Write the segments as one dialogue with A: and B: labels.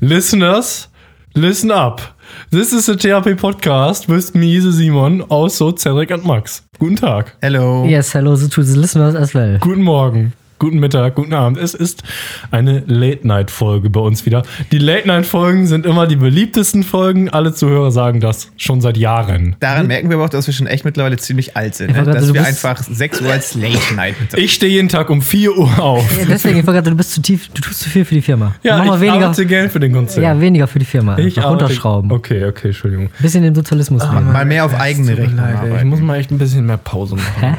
A: Listeners, listen up. This is a THP podcast with me, the Simon, also Cedric and Max. Guten Tag.
B: Hello.
C: Yes, hello to the listeners as well.
A: Guten Morgen, guten Mittag, guten Abend. Es ist eine Late-Night-Folge bei uns wieder. Die Late-Night-Folgen sind immer die beliebtesten Folgen. Alle Zuhörer sagen das schon seit Jahren.
B: Daran merken wir aber auch, dass wir schon echt mittlerweile ziemlich alt sind.
C: Ich
B: Ne?
C: wollte gerade,
B: Dass
C: du
B: wir
C: bist-
B: einfach 6 Uhr als Late Night mit
A: Ich stehe jeden Tag um 4 Uhr auf.
C: Ja, deswegen, ich wollte gerade, du bist zu tief, du tust zu viel für die Firma.
A: Ja,
C: Mach mal
A: ich
C: weniger.
A: arbeite gern für den Konzern.
C: Ja, weniger für die Firma.
A: ich
C: Einfach
A: arbeite-
C: runterschrauben.
A: Okay, Ah, okay, Entschuldigung.
C: Bisschen den Sozialismus nehmen.
B: mal mehr auf eigene Rechnung
A: Ich
B: arbeiten.
A: muss mal echt ein bisschen mehr Pause machen.
C: Hä?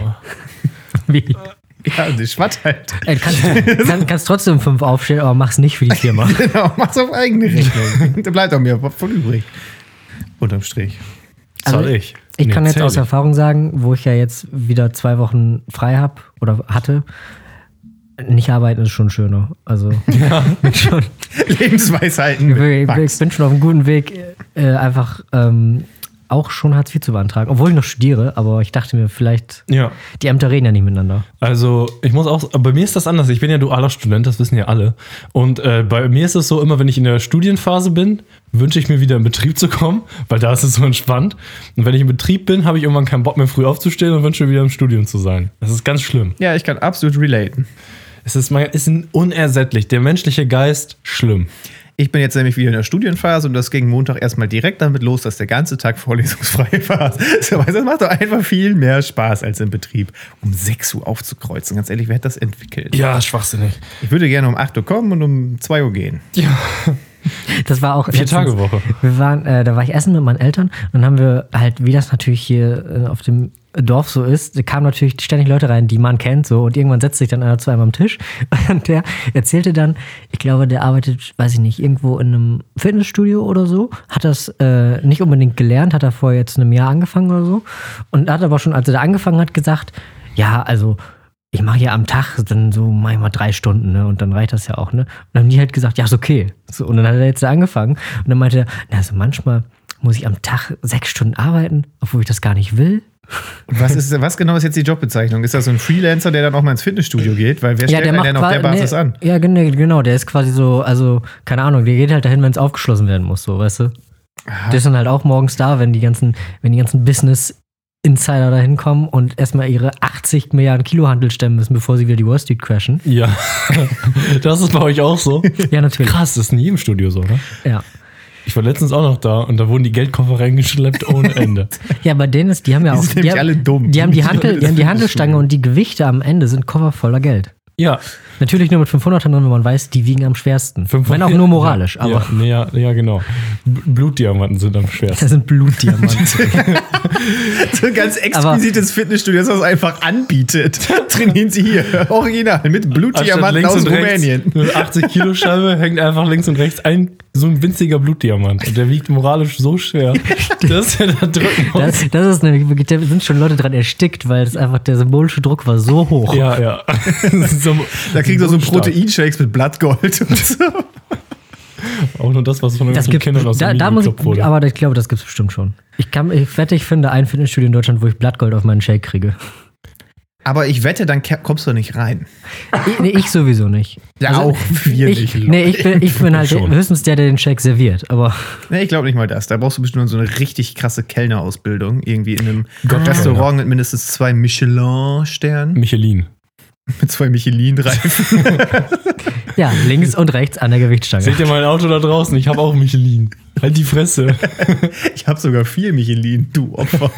C: Wie?
B: Ja, die Schwatt halt.
C: Ey, du Äh, kannst, kann, kannst trotzdem fünf aufstellen, aber mach's nicht für die Firma.
B: Genau, mach's auf eigene Rechnung. da bleibt auch mir von übrig. Unterm Strich.
A: Soll
C: Also,
A: ich?
C: Ich
A: Nee,
C: kann jetzt
A: zähl
C: aus
A: ich.
C: Erfahrung sagen, wo ich ja jetzt wieder zwei Wochen frei habe oder hatte, nicht arbeiten ist schon schöner. Also bin schon,
B: Lebensweisheiten.
C: ich,
B: mit
C: bin- ich
B: Max.
C: bin schon auf einem guten Weg, äh, einfach ähm, auch schon Hartz IV zu beantragen. Obwohl ich noch studiere, aber ich dachte mir, vielleicht,
A: Ja,
C: die Ämter reden ja nicht miteinander.
A: also ich muss auch, bei mir ist das anders. Ich bin ja dualer Student, das wissen ja alle. Und äh, bei mir ist es so, immer wenn ich in der Studienphase bin, wünsche ich mir wieder in Betrieb zu kommen, weil da ist es so entspannt. Und wenn ich im Betrieb bin, habe ich irgendwann keinen Bock mehr früh aufzustehen und wünsche mir wieder im Studium zu sein. Das ist ganz schlimm.
B: Ja, ich kann absolut relaten.
A: Es ist, mein- ist ein unersättlich. Der menschliche Geist, schlimm.
B: Ich bin jetzt nämlich wieder in der Studienphase und das ging Montag erstmal direkt damit los, dass der ganze Tag vorlesungsfrei war. So, weißt du, Das macht doch einfach viel mehr Spaß als im Betrieb, um 6 Uhr aufzukreuzen. Ganz ehrlich, wer hat das entwickelt?
A: Ja, schwachsinnig.
B: Ich würde gerne um 8 Uhr kommen und um 2 Uhr gehen.
C: Das war auch
A: Vier Tage Woche.
C: Wir waren, äh, da war ich essen mit meinen Eltern und dann haben wir halt, wie das natürlich hier äh, auf dem Dorf so ist, da kamen natürlich ständig Leute rein, die man kennt, so und irgendwann setzt sich dann einer zu einem am Tisch und der erzählte dann, ich glaube, der arbeitet, weiß ich nicht, irgendwo in einem Fitnessstudio oder so, hat das äh, nicht unbedingt gelernt, hat er vor jetzt einem Jahr angefangen oder so und hat aber schon, als er da angefangen hat, gesagt, ja, also ich mache ja am Tag dann so manchmal drei Stunden, ne? Und dann reicht das ja auch, ne? Und dann haben die halt gesagt, ja, ist okay. So, und dann hat er jetzt da angefangen. Und dann meinte er, na, also manchmal muss ich am Tag sechs Stunden arbeiten, obwohl ich das gar nicht will.
B: Und was, ist, was genau ist jetzt die Jobbezeichnung? Ist das so ein Freelancer, der dann auch mal ins Fitnessstudio geht? Weil wer stellt einen denn auf der
C: quasi-
B: Basis
C: nee,
B: an?
C: Ja, gen- genau, der ist quasi so, also, keine Ahnung, der geht halt dahin, wenn es aufgeschlossen werden muss, so, weißt du? Der ist dann halt auch morgens da, wenn die ganzen, wenn die ganzen Business Insider da hinkommen und erstmal ihre 80 Milliarden Kilo Handel stemmen müssen, bevor sie wieder die Wall Street crashen.
A: Ja, das ist bei euch auch so.
C: Ja, natürlich.
A: Krass, das ist in jedem Studio so, ne?
C: Ja.
A: Ich war letztens auch noch da und da wurden die Geldkoffer reingeschleppt ohne Ende.
C: Ja, bei denen ist, die haben ja
B: Die
C: auch.
B: sind nämlich
C: haben,
B: alle dumm.
C: Die haben die,
B: Das
C: Handel, die, haben die
B: ist
C: Handelstange
B: schlimm.
C: und die Gewichte am Ende sind Koffer voller Geld.
A: ja,
C: Natürlich nur mit 500 drin, wenn man weiß, die wiegen am schwersten.
A: fünf-
C: wenn auch nur moralisch,
A: ja,
C: aber
A: Ja, nee, ja, ja, genau. B Blutdiamanten sind am schwersten.
C: das sind Blutdiamanten.
B: So ein ganz explisites Fitnessstudio, das das einfach anbietet. Trainieren Sie hier. Original mit Blutdiamanten aus Rumänien.
A: rechts, eine 80 Kilo Scheibe hängt einfach links und rechts ein so ein winziger Blutdiamant. Und der wiegt moralisch so schwer, dass er da drücken muss.
C: das, das ist nämlich wirklich, da sind schon Leute dran erstickt, weil es einfach der symbolische Druck war so hoch.
A: ja, ja.
B: Da kriegt er so
A: Protein.
B: Proteinshakes mit Blattgold und so.
A: Auch nur das, was von
C: Das
A: irgendwelchen
C: gibt,
A: Kindern aus
C: da,
A: dem
C: da muss
A: Miniclub
C: ich,
A: wurde.
C: aber ich glaube, das gibt's bestimmt schon. Ich, kann, ich wette, ich finde ein Fitnessstudio in Deutschland, wo ich Blattgold auf meinen Shake kriege.
B: Aber ich wette, dann ke- kommst du nicht rein.
C: Ich, nee, ich sowieso nicht.
B: Ja, auch wir
C: ich,
B: nicht.
C: nee, ich bin, ich bin halt
A: Schon.
C: höchstens der, der den Shake serviert. Aber
B: Nee, ich glaube nicht mal das. Da brauchst du bestimmt so eine richtig krasse Kellnerausbildung. Irgendwie in einem
A: Gott,
B: Restaurant mit mindestens zwei Michelin-Sternen.
A: Michelin.
B: Mit zwei Michelin-Reifen.
C: ja, links und rechts an der Gewichtsstange.
A: Seht ihr mein Auto da draußen? Ich habe auch Michelin. Halt die Fresse.
B: Ich habe sogar vier Michelin, du Opfer.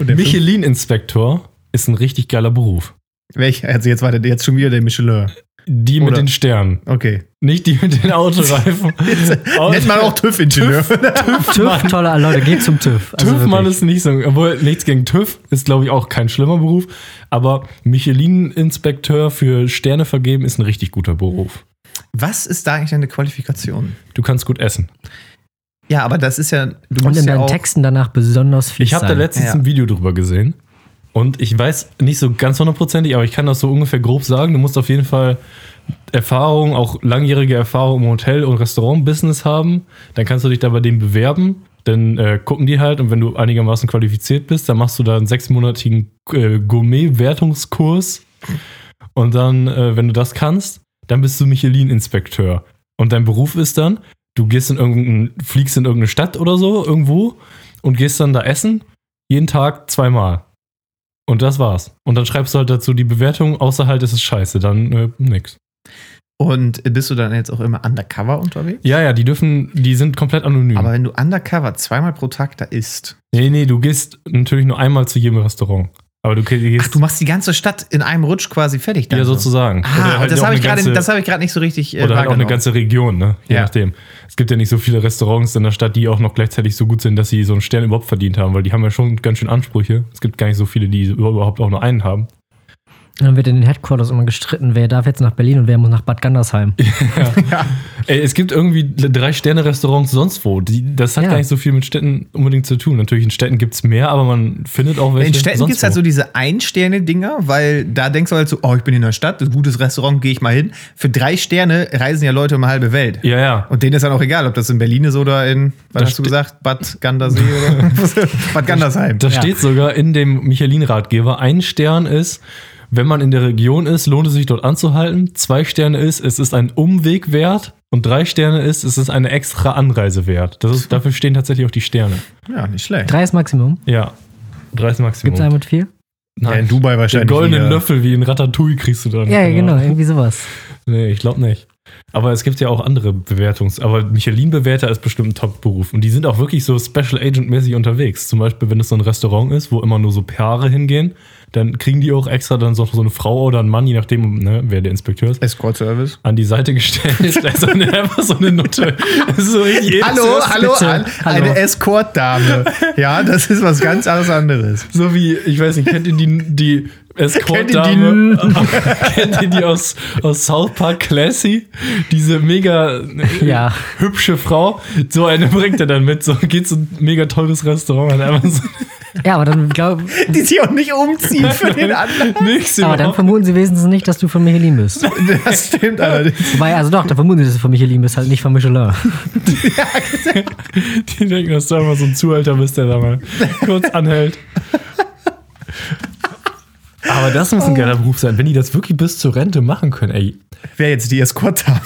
B: Und der fünfte-
A: Michelin-Inspektor ist ein richtig geiler Beruf.
B: Welcher? Also jetzt weiter, jetzt schon wieder der Michelin.
A: Die mit
B: Oder-
A: den Sternen.
B: Okay.
A: Nicht die mit den Autoreifen. Oh.
B: Nennt man auch TÜV-Ingenieur.
C: TÜV, tolle Leute, geht zum TÜV. Also
A: TÜV-Mann
C: wirklich.
A: ist nicht so. Obwohl, nichts gegen TÜV ist, glaube ich, auch kein schlimmer Beruf. Aber Michelin-Inspekteur für Sterne vergeben ist ein richtig guter Beruf.
B: Was ist da eigentlich deine Qualifikation?
A: Du kannst gut essen.
B: Ja, aber das ist ja, du
C: Und
B: musst
C: in
B: ja
C: deinen
B: auch,
C: Texten danach besonders viel.
A: Ich habe da
C: sein.
A: letztens
B: Ja.
A: ein Video drüber gesehen. Und ich weiß nicht so ganz hundertprozentig, aber ich kann das so ungefähr grob sagen. Du musst auf jeden Fall Erfahrung, auch langjährige Erfahrung im Hotel- und Restaurant-Business haben. Dann kannst du dich da bei denen bewerben. Dann äh, gucken die halt und wenn du einigermaßen qualifiziert bist, dann machst du da einen sechsmonatigen äh, Gourmet-Wertungskurs. Und dann, äh, wenn du das kannst, dann bist du Michelin-Inspekteur. Und dein Beruf ist dann, du gehst in irgendein, fliegst in irgendeine Stadt oder so, irgendwo, und gehst dann da essen, jeden Tag zweimal. Und das war's. Und dann schreibst du halt dazu die Bewertung, außer halt, es ist scheiße, dann äh, nix.
B: Und bist du dann jetzt auch immer undercover unterwegs?
A: Ja, ja, die dürfen, die sind komplett anonym.
B: Aber wenn du undercover zweimal pro Tag da isst.
A: nee, nee, du gehst natürlich nur einmal zu jedem Restaurant. Aber du gehst.
B: Ach, du machst die ganze Stadt in einem Rutsch quasi fertig. dann
A: ja,
B: so.
A: sozusagen.
B: Ah,
A: halt
B: das
A: auch
B: habe
A: eine
B: ich gerade
A: ganze-
B: das habe ich gerade nicht so richtig äh,
A: Oder halt auch eine
B: wahrgenommen.
A: ganze Region, ne? Je
B: Ja.
A: nachdem. Es gibt ja nicht so viele Restaurants in der Stadt, die auch noch gleichzeitig so gut sind, dass sie so einen Stern überhaupt verdient haben, weil die haben ja schon ganz schön Ansprüche. Es gibt gar nicht so viele, die überhaupt auch nur einen haben.
C: Und dann wird in den Headquarters immer gestritten, wer darf jetzt nach Berlin und wer muss nach Bad Gandersheim.
A: Ey, Äh, es gibt irgendwie drei Sterne Restaurants sonst wo. Die, das hat
C: Ja.
A: gar nicht so viel mit Städten unbedingt zu tun. Natürlich in Städten gibt es mehr, aber man findet auch welche.
B: In Städten gibt es
A: wo.
B: halt so diese Ein-Sterne-Dinger, weil da denkst du halt so, oh, ich bin in der Stadt, ein gutes Restaurant, gehe ich mal hin. Für drei Sterne reisen ja Leute um eine halbe Welt.
A: Ja, ja.
B: Und denen ist dann auch egal, ob das in Berlin ist oder in,
A: Das
B: was hast du
A: ste-
B: gesagt, Bad Gandersee oder Bad Gandersheim.
A: Da
C: Ja.
A: steht sogar in dem Michelin-Ratgeber, ein Stern ist, wenn man in der Region ist, lohnt es sich dort anzuhalten. Zwei Sterne ist, es ist ein Umweg wert. Und drei Sterne ist, es ist eine extra Anreise wert. Das ist, dafür stehen tatsächlich auch die Sterne.
B: Ja, nicht schlecht.
C: Drei ist Maximum.
A: Ja. 30 Maximum.
C: Gibt es einen mit vier?
B: Ja, in
A: Nein,
B: Dubai
A: den
B: wahrscheinlich.
A: goldenen
B: wieder.
A: Löffel wie in Ratatouille kriegst du dann.
C: Ja,
A: Keine
C: genau,
A: Ahnung.
C: irgendwie sowas.
A: Nee, ich glaube nicht. Aber es gibt ja auch andere Bewertungs-, aber Michelin-Bewerter ist bestimmt ein Top-Beruf. Und die sind auch wirklich so Special Agent-mäßig unterwegs. Zum Beispiel, wenn es so ein Restaurant ist, wo immer nur so Paare hingehen, dann kriegen die auch extra dann so, so eine Frau oder einen Mann, je nachdem, ne, wer der Inspekteur ist,
B: Escort-Service.
A: an die Seite gestellt. da ist dann einfach so eine Nutte. Das ist so richtig
B: Hallo,
A: Ebenso-
B: hallo,
C: bitte.
B: an,
C: Hallo.
B: eine Escort-Dame. Ja, das ist was ganz alles anderes.
A: So wie, ich weiß nicht, kennt ihr die, die Escort-Dame?
B: Kennt
A: kennt ihr die aus, aus South Park Classy? Diese mega äh,
C: Ja.
A: hübsche Frau. So eine bringt er dann mit. So geht so ein mega teures Restaurant. Hat einfach so
C: Ja, aber dann, glaub,
B: Die sich auch nicht umziehen für den anderen.
A: nichts
C: aber dann
A: überhaupt.
C: vermuten sie wenigstens nicht, dass du von Michelin bist.
B: Das stimmt allerdings.
C: Wobei, also doch, da vermuten sie, dass du von Michelin bist, halt nicht von Michelin.
A: Die denken, dass du einfach so ein Zuhälter bist, der da mal kurz anhält. Aber das muss ein geiler Beruf sein, wenn die das wirklich bis zur Rente machen können, ey.
B: Wer jetzt die Escort-Dame?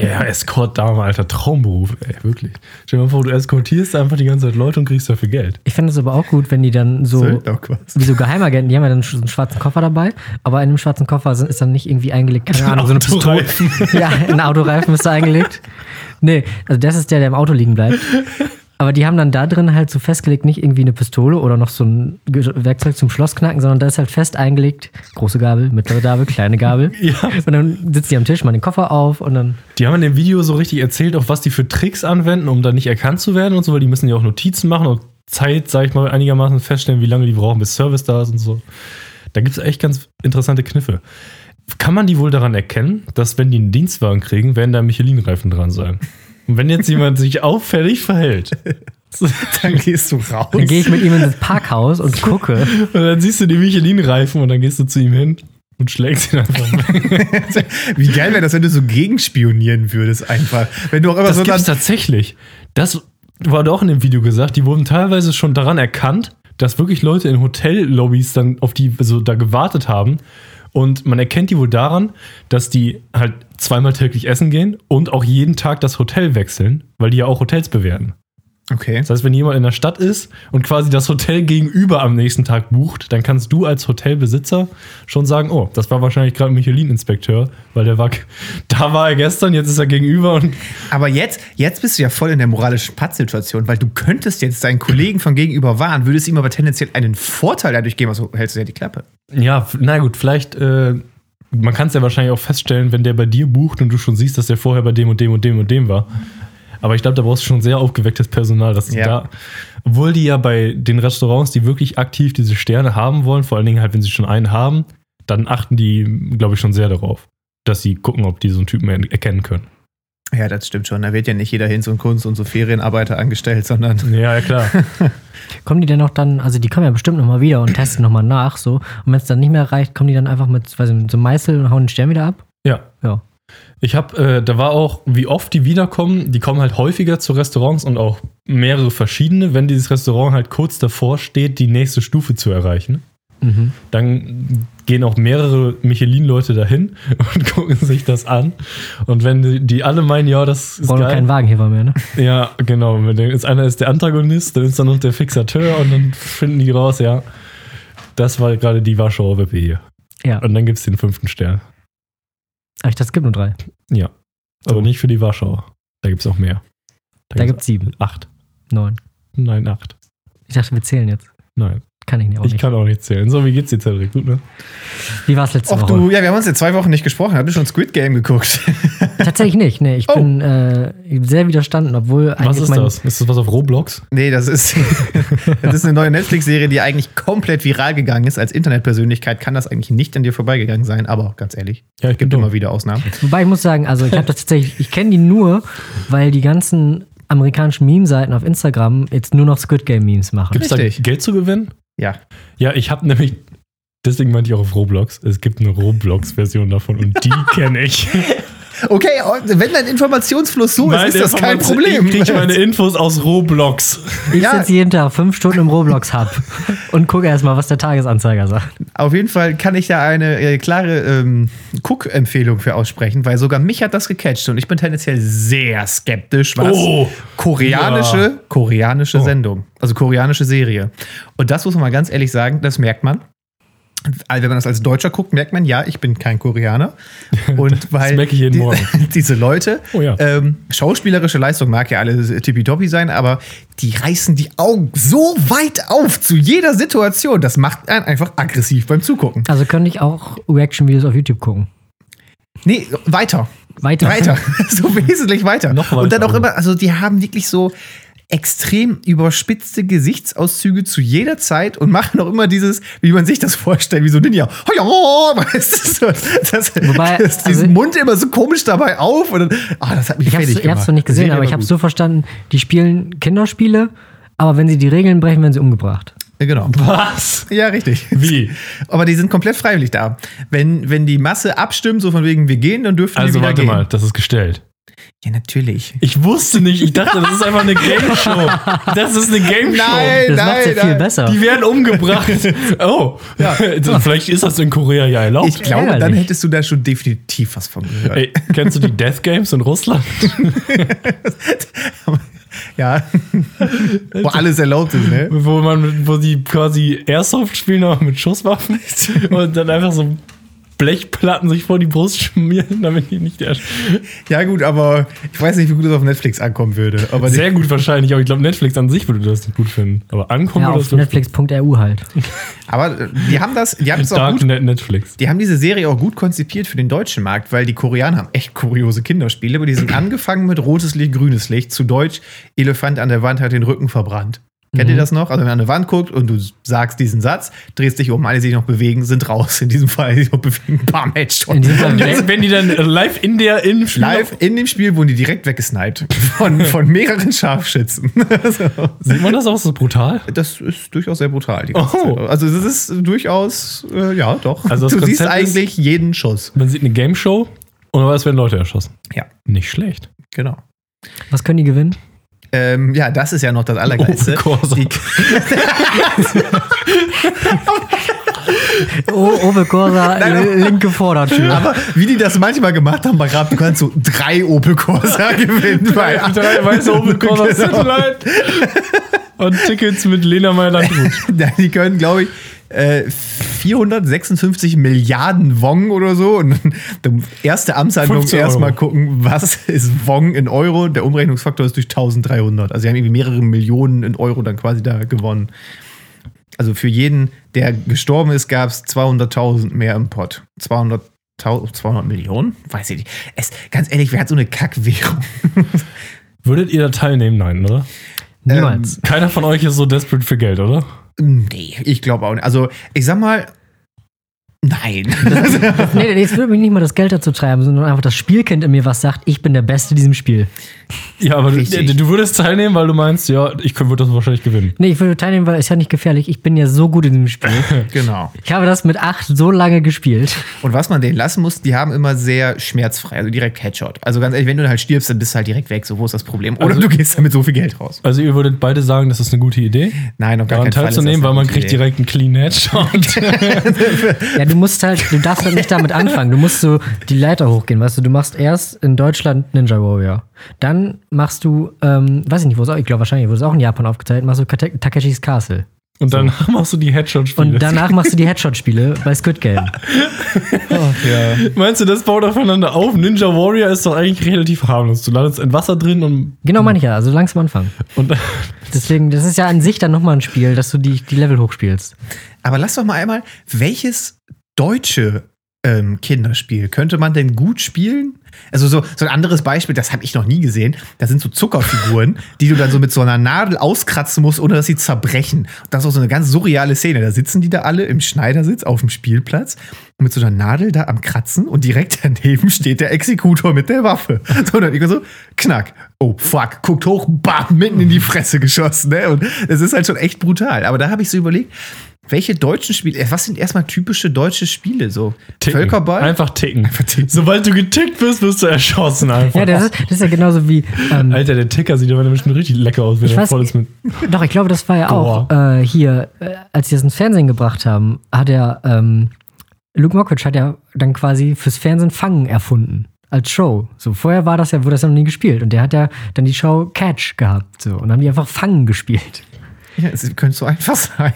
A: Ja, Escort-Dame, alter Traumberuf, ey, wirklich. Stell dir mal vor, du eskortierst einfach die ganze Zeit Leute und kriegst dafür Geld.
C: Ich fände es aber auch gut, wenn die dann so,
B: Söldner quasi.
C: wie so Geheimagenten, die haben ja dann so einen schwarzen Koffer dabei, aber in einem schwarzen Koffer sind, ist dann nicht irgendwie eingelegt, keine Ahnung, so eine Pistole.
A: Autoreifen.
C: Ja, ein Autoreifen ist da eingelegt. Nee, also das ist der, der im Auto liegen bleibt. Aber die haben dann da drin halt so festgelegt, nicht irgendwie eine Pistole oder noch so ein Ge- Werkzeug zum Schlossknacken, sondern da ist halt fest eingelegt, große Gabel, mittlere Gabel, kleine Gabel.
A: Ja.
C: Und dann sitzt die am Tisch, mal den Koffer auf und dann
A: Die haben in dem Video so richtig erzählt, auch was die für Tricks anwenden, um dann nicht erkannt zu werden und so, weil die müssen ja auch Notizen machen und Zeit, sag ich mal, einigermaßen feststellen, wie lange die brauchen, bis Service da ist und so. Da gibt es echt ganz interessante Kniffe. Kann man die wohl daran erkennen, dass wenn die einen Dienstwagen kriegen, werden da Michelin-Reifen dran sein? Und wenn jetzt jemand sich auffällig verhält,
B: Dann gehst du
C: Dann
B: raus.
C: gehe ich mit ihm ins Parkhaus und gucke.
A: Und dann siehst du die Michelin-Reifen und dann gehst du zu ihm hin und schlägst ihn einfach. weg.
B: Wie geil wäre das, wenn du so gegenspionieren würdest einfach. Wenn du auch immer
A: Das
B: so
A: gibt's
B: Also dann,
A: tatsächlich. Das war doch in dem Video gesagt. Die wurden teilweise schon daran erkannt, dass wirklich Leute in Hotellobbys dann auf die so da gewartet haben. Und man erkennt die wohl daran, dass die halt zweimal täglich essen gehen und auch jeden Tag das Hotel wechseln, weil die ja auch Hotels bewerten.
B: Okay.
A: Das heißt, wenn jemand in der Stadt ist und quasi das Hotel gegenüber am nächsten Tag bucht, dann kannst du als Hotelbesitzer schon sagen, oh, das war wahrscheinlich gerade ein Michelin-Inspekteur, weil der war, da war er gestern, jetzt ist er gegenüber und
B: Aber jetzt, jetzt bist du ja voll in der moralischen Pattsituation, weil du könntest jetzt deinen Kollegen von gegenüber wahren, würdest ihm aber tendenziell einen Vorteil dadurch geben, also hältst du ja die Klappe.
A: Ja, f- na gut, vielleicht, äh, man kann es ja wahrscheinlich auch feststellen, wenn der bei dir bucht und du schon siehst, dass der vorher bei dem und dem und dem und dem war. Aber ich glaube, da brauchst du schon sehr aufgewecktes Personal, dass du
B: Ja.
A: da. Obwohl die ja bei den Restaurants, die wirklich aktiv diese Sterne haben wollen, vor allen Dingen halt, wenn sie schon einen haben, dann achten die, glaube ich, schon sehr darauf, dass sie gucken, ob die so einen Typen er- erkennen können.
B: Ja, das stimmt schon. Da wird ja nicht jeder hin und Kunst und so Ferienarbeiter angestellt, sondern
A: Ja, ja klar.
C: Kommen die denn noch dann, also die kommen ja bestimmt nochmal wieder und testen nochmal nach so. Und wenn es dann nicht mehr reicht, kommen die dann einfach mit, weiß ich, nicht, so einem Meißel und hauen den Stern wieder ab?
A: ja.
C: Ja.
A: Ich habe, äh, da war auch, wie oft die wiederkommen, die kommen halt häufiger zu Restaurants und auch mehrere verschiedene, wenn dieses Restaurant halt kurz davor steht, die nächste Stufe zu erreichen. Dann gehen auch mehrere Michelin-Leute dahin und gucken sich das an. Und wenn die, die alle meinen, ja, das ist
C: Brauchen wir keinen
A: geil.
C: Wagenheber mehr, ne?
A: Ja, genau. Wenn der- ist einer ist der Antagonist, dann ist dann noch der Fixateur und dann finden die raus, ja. Das war gerade die Warschauer Wippe hier.
C: Ja.
A: Und dann gibt es den fünften Stern.
C: Ach, ich dachte, es gibt nur drei.
A: Ja. Aber
B: Oh.
A: nicht für die Warschauer. Da gibt es auch mehr.
C: Da gibt
A: gibt's
C: es sieben,
A: acht.
C: neun.
A: Nein, acht.
C: Ich dachte, wir zählen jetzt.
A: Nein.
C: Kann ich nicht auch
A: ich
C: nicht.
A: kann auch nicht zählen. So, wie geht's dir, Cedric? Gut, ne?
C: Wie war es letzte
B: Ach
C: Woche?
B: du, ja, wir haben uns jetzt zwei Wochen nicht gesprochen. Habt ihr schon Squid Game geguckt?
C: Tatsächlich nicht. Nee, ich
B: Oh.
C: bin äh, sehr widerstanden, obwohl
A: Was
C: eigentlich
A: ist
C: mein.
A: das? Ist das was auf Roblox?
B: nee, das ist, das ist eine neue Netflix-Serie, die eigentlich komplett viral gegangen ist. Als Internetpersönlichkeit kann das eigentlich nicht an dir vorbeigegangen sein, aber ganz ehrlich,
A: Ja, ich bin
B: gibt
A: dumm.
B: immer wieder Ausnahmen.
C: Wobei ich muss sagen, also ich habe das tatsächlich, ich kenne die nur, weil die ganzen amerikanischen Meme-Seiten auf Instagram jetzt nur noch Squid Game-Memes machen.
A: Gibt's da
B: Richtig.
A: Geld zu gewinnen?
B: Ja.
A: Ja, ich habe nämlich. Deswegen meinte ich auch auf Roblox. Es gibt eine Roblox-Version davon und die kenne ich.
B: Okay, oh, wenn dein Informationsfluss so Oh, ist, ist das kein Problem.
A: Ich kriege meine Infos aus Roblox.
C: Ich
B: Ja.
C: sitze jeden Tag fünf Stunden im Roblox-Hub und gucke erstmal, was der Tagesanzeiger sagt.
B: Auf jeden Fall kann ich da eine äh, klare ähm, Cook-Empfehlung für aussprechen, weil sogar mich hat das gecatcht und ich bin tendenziell sehr skeptisch, was
A: Oh,
B: koreanische,
A: ja.
B: koreanische
A: Oh.
B: Sendung, also koreanische Serie. Und das muss man mal ganz ehrlich sagen, das merkt man. Also wenn man das als Deutscher guckt, merkt man, ja, ich bin kein Koreaner. Und weil
A: merke ich jeden
B: die,
A: Morgen.
B: diese Leute,
A: Oh ja.
B: ähm, schauspielerische Leistung mag ja alle tippitoppi sein, aber die reißen die Augen so weit auf zu jeder Situation. Das macht einen einfach aggressiv beim Zugucken.
C: Also könnte ich auch Reaction-Videos auf YouTube gucken.
B: Nee, weiter.
C: Weiter.
B: Weiter. so wesentlich weiter.
A: Noch
B: Und dann
A: weiter.
B: auch immer, also die haben wirklich so extrem überspitzte Gesichtauszüge zu jeder Zeit und machen auch immer dieses, wie man sich das vorstellt, wie so Ninja. Hoja, weißt du, so. das,
C: Wobei,
B: das,
C: also-
B: diesen Mund immer so komisch dabei auf und dann, ah, das hat mich
C: Ich hab's,
B: fertig
C: ich
B: gemacht.
C: hab's noch nicht gesehen,
B: Serie
C: aber
B: war
C: ich hab's
B: gut.
C: so verstanden, die spielen Kinderspiele, aber wenn sie die Regeln brechen, werden sie umgebracht.
B: Ja, Genau.
A: Was?
B: Ja, richtig.
A: Wie?
B: Aber die sind komplett freiwillig da. Wenn, wenn die Masse abstimmt, so von wegen, wir gehen, dann dürfen
A: Also
B: die wieder
A: warte
B: gehen.
A: mal, das ist gestellt.
B: Ja, natürlich.
A: Ich wusste nicht, ich dachte, das ist einfach eine Game Show. Das ist eine Game Show.
B: Nein,
C: Das macht's ja
B: nein,
C: viel
B: nein.
C: besser.
A: Die werden umgebracht. Oh,
B: Ja.
A: vielleicht ist das in Korea ja erlaubt.
B: Ich glaube, dann
C: Ärgerlich.
B: hättest du da schon definitiv was von gehört.
A: Ey, kennst du die Death Games in Russland?
B: Ja. Wo alles erlaubt ist, ne?
A: Wo man, wo die quasi Airsoft spielen, aber mit Schusswaffen und dann einfach so Blechplatten sich vor die Brust schmieren, damit die nicht erst.
B: Ja, gut, aber ich weiß nicht, wie gut das auf Netflix ankommen würde. Aber die,
A: Sehr gut wahrscheinlich, aber ich glaube, Netflix an sich würde das nicht gut finden. Aber ankommen
C: Ja,
A: würde
C: auf
A: das wirklich-
C: netflix.ru halt.
B: aber äh, die haben das, die haben es auch gut,
A: Darknet Netflix.
B: die haben diese Serie auch gut konzipiert für den deutschen Markt, weil die Koreaner haben echt kuriose Kinderspiele, aber die sind angefangen mit rotes Licht, grünes Licht, zu Deutsch, Elefant an der Wand hat den Rücken verbrannt. Kennt
C: Mhm.
B: ihr das noch? Also wenn man an eine Wand guckt und du sagst diesen Satz, drehst dich um, alle, die sich noch bewegen, sind raus. In diesem Fall, die sich noch bewegen, bam, Headshot.
C: In diesem Fall
A: Wenn, wenn die dann live in der in
B: Live in dem Spiel wurden die direkt weggesniped von, von mehreren Scharfschützen. So.
A: Sieht man das auch so brutal?
B: Das ist durchaus sehr brutal. Die ganze
A: Oh.
B: Zeit. Also es ist durchaus, äh, ja, doch.
A: Also das
B: du siehst
A: Konzept ist-
B: eigentlich jeden Schuss.
A: Man sieht eine Game Show und aber es werden Leute erschossen.
B: Ja,
A: Nicht schlecht.
B: genau.
C: Was können die gewinnen?
B: Ähm, ja, das ist ja noch das Allergeilste.
A: Oh, Corsa.
B: Die-
C: Oh, Opel Corsa, linke Vordertür.
B: aber wie die das manchmal gemacht haben, bei Grab, du kannst so drei Opel Corsa gewinnen. Weil,
A: Drei weiße Opel Corsa
B: Genau.
A: Satellite halt. und Tickets mit Lena meyer
B: Nein, die können, glaube ich, äh, 456 Milliarden Wong oder so. Und dann erste Amtshandlung
A: 15 Euro.
B: erstmal gucken, was ist Wong in Euro. Der Umrechnungsfaktor ist durch 1300. Also, sie haben irgendwie mehrere Millionen in Euro dann quasi da gewonnen. Also, für jeden, der gestorben ist, gab es 200.000 mehr im Pott. 200. 200 Millionen? Weiß ich nicht. Es, ganz ehrlich, wer hat so eine Kackwährung?
A: Würdet ihr da teilnehmen? Nein, oder?
C: Niemals.
A: Keiner von euch ist so desperate für Geld, oder?
B: Nee, ich glaube auch nicht. Also, ich sag mal, nein.
C: nee, nee, jetzt würde mich nicht mal das Geld dazu treiben, sondern einfach das Spielkind in mir, was sagt, ich bin der Beste in diesem Spiel.
A: Ja, aber du, äh,
B: Richtig.
A: du würdest teilnehmen, weil du meinst, ja, ich könnte- würde das wahrscheinlich gewinnen.
C: Nee, ich würde teilnehmen, weil es ist ja nicht gefährlich. Ich bin ja so gut in dem Spiel.
B: Genau.
C: Ich habe das mit acht so lange gespielt.
B: Und was man denen lassen muss, die haben immer sehr schmerzfrei, also direkt Headshot. Also ganz ehrlich, wenn du halt stirbst, dann bist du halt direkt weg. So, wo ist das Problem? Oder
A: Also-
B: du gehst damit so viel Geld raus.
A: Also ihr würdet beide sagen, das ist eine gute Idee,
B: Nein, auf gar
A: daran
B: keinen Fall ist das
A: teilzunehmen,
B: eine
A: weil man
B: gute
A: kriegt
B: Idee.
A: direkt einen clean Headshot.
C: Ja, du musst halt, du darfst halt nicht damit anfangen. Du musst so die Leiter hochgehen, weißt du. Du machst erst in Deutschland Ninja Warrior. Dann machst du, ähm, weiß ich nicht, wo es auch, ich glaube wahrscheinlich, wurde es auch in Japan aufgeteilt, machst du Kate- Takeshis Castle.
A: Und danach machst du die
C: Und
A: Headshot-Spiele.
C: danach machst du die Headshot-Spiele bei Squid Game.
A: Meinst du, das baut aufeinander auf? Ninja Warrior ist doch eigentlich relativ harmlos. Du landest in Wasser drin und,
C: Genau meine ich ja, also langsam anfangen.
A: und
C: Deswegen, das ist ja an sich dann nochmal ein Spiel, dass du die, die Level hochspielst.
B: Aber lass doch mal einmal, welches deutsche ähm, Kinderspiel könnte man denn gut spielen? Also so, so ein anderes Beispiel, das habe ich noch nie gesehen. Da sind so Zuckerfiguren, die du dann so mit so einer Nadel auskratzen musst, ohne dass sie zerbrechen. Das ist auch so eine ganz surreale Szene. Da sitzen die da alle im Schneidersitz auf dem Spielplatz und mit so einer Nadel da am Kratzen und direkt daneben steht der Exekutor mit der Waffe. So, und dann irgendwann so, knack, oh fuck, guckt hoch, bam, mitten in die Fresse geschossen. Ne? Und das ist halt schon echt brutal. Aber da habe ich so überlegt, welche deutschen Spiele, äh, was sind erstmal typische deutsche Spiele? So
A: ticken.
B: Völkerball?
A: Einfach ticken.
B: ticken.
A: Sobald du getickt bist, wirst du erschossen einfach. Oh.
C: Ja, das ist, das ist ja genauso wie. Ähm,
A: Alter, der Ticker sieht aber bestimmt richtig lecker aus, wenn
C: Ich
A: er
C: weiß-
A: voll ist mit.
C: doch, ich glaube, das war ja auch äh, hier, äh, als sie das ins Fernsehen gebracht haben, hat er, ähm, Luke Mockridge hat ja dann quasi fürs Fernsehen Fangen erfunden. Als Show. So, vorher war das ja, wurde das ja noch nie gespielt. Und der hat ja dann die Show Catch gehabt. So, und dann haben die einfach Fangen gespielt.
B: Ja, es könnte so einfach sein.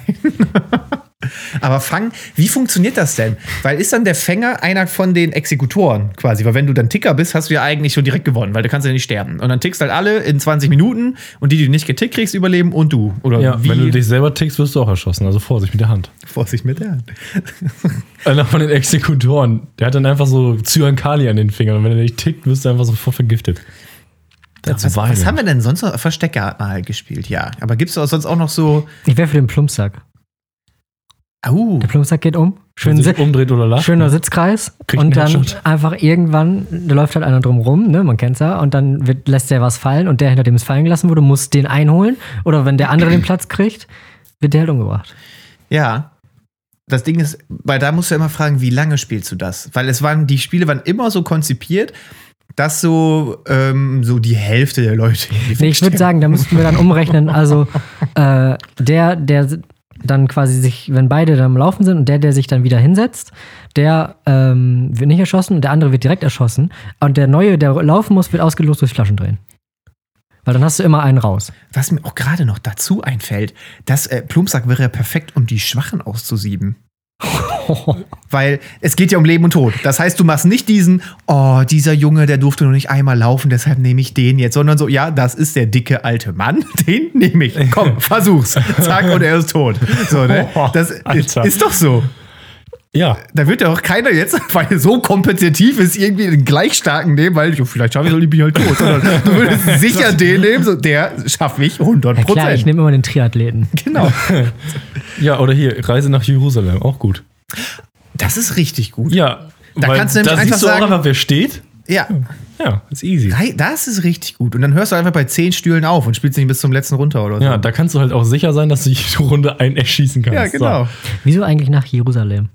B: Aber Fang, wie funktioniert das denn? Weil ist dann der Fänger einer von den Exekutoren quasi? Weil wenn du dann Ticker bist, hast du ja eigentlich schon direkt gewonnen, weil du kannst ja nicht sterben. Und dann tickst halt alle in 20 Minuten und die, die du nicht getickt kriegst, überleben und du. Oder
A: Ja,
B: wie?
A: wenn du dich selber tickst, wirst du auch erschossen. Also Vorsicht mit der Hand.
B: Vorsicht mit der Hand.
A: Einer von den Exekutoren, der hat dann einfach so Zyankali an den Fingern. Und wenn er dich tickt, wirst du einfach sofort vergiftet. Dazu
B: Was, was
A: weinen.
B: haben wir denn sonst noch? Verstecker hat man halt gespielt, ja. Aber gibt es sonst auch noch so.
C: Ich wäre für den Plumpsack.
B: Au,
C: Der Plumpsack geht um.
A: wenn
C: Schön,
A: er
C: si
A: sich umdreht oder lacht.
C: schöner Sitzkreis.
A: Kriegt einen
C: und dann
A: Headshot.
C: einfach irgendwann, da läuft halt einer drum rum, ne, man kennt's ja, und dann wird, lässt der was fallen und der, hinter dem es fallen gelassen wurde, muss den einholen. Oder wenn der andere den Platz kriegt, wird der halt umgebracht.
B: Ja. Das Ding ist, weil da musst du ja immer fragen, wie lange spielst du das? Weil es waren, die Spiele waren immer so konzipiert, dass so, ähm, so die Hälfte der Leute.
C: Nee, ich würde sagen, da müssten wir dann umrechnen. Also äh, der, der dann quasi sich, wenn beide dann am Laufen sind und der, der sich dann wieder hinsetzt, der ähm, wird nicht erschossen und der andere wird direkt erschossen. Und der neue, der laufen muss, wird ausgelost durch Flaschendrehen. Weil dann hast du immer einen raus.
B: Was mir auch gerade noch dazu einfällt, dass äh, Plumpsack wäre ja perfekt, um die Schwachen auszusieben. Weil es geht ja um Leben und Tod. Das heißt, du machst nicht diesen, oh, dieser Junge, der durfte noch nicht einmal laufen, deshalb nehme ich den jetzt, sondern so, ja, das ist der dicke alte Mann, den nehme ich. Komm, versuch's. Zack, und er ist tot. So, ne?
A: Oh,
B: Das
A: Alter.
B: ist doch so.
A: Ja.
B: Da wird ja auch keiner jetzt, weil er so kompetitiv ist, irgendwie den gleich starken nehmen, weil ich, oh, vielleicht schaffe ich so die Bier halt tot. Sondern du würdest sicher den nehmen, so, der schaffe ich 100
C: Ja, klar, ich
B: Prozent.
C: nehme immer den Triathleten.
B: genau.
A: Ja, oder hier, Reise nach Jerusalem, auch gut.
B: Das ist richtig gut.
A: Ja.
B: Da
A: weil
B: kannst du nämlich
A: da
B: einfach
A: siehst du
B: sagen-
A: auch einfach, wer steht.
B: Ja.
A: Ja, ist easy.
B: Hey, Das ist richtig gut. Und dann hörst du einfach bei 10 Stühlen auf und spielst nicht bis zum letzten runter oder so.
A: Ja, da kannst du halt auch sicher sein, dass du jede Runde einen erschießen kannst.
B: Ja, genau.
A: So.
C: Wieso eigentlich nach Jerusalem?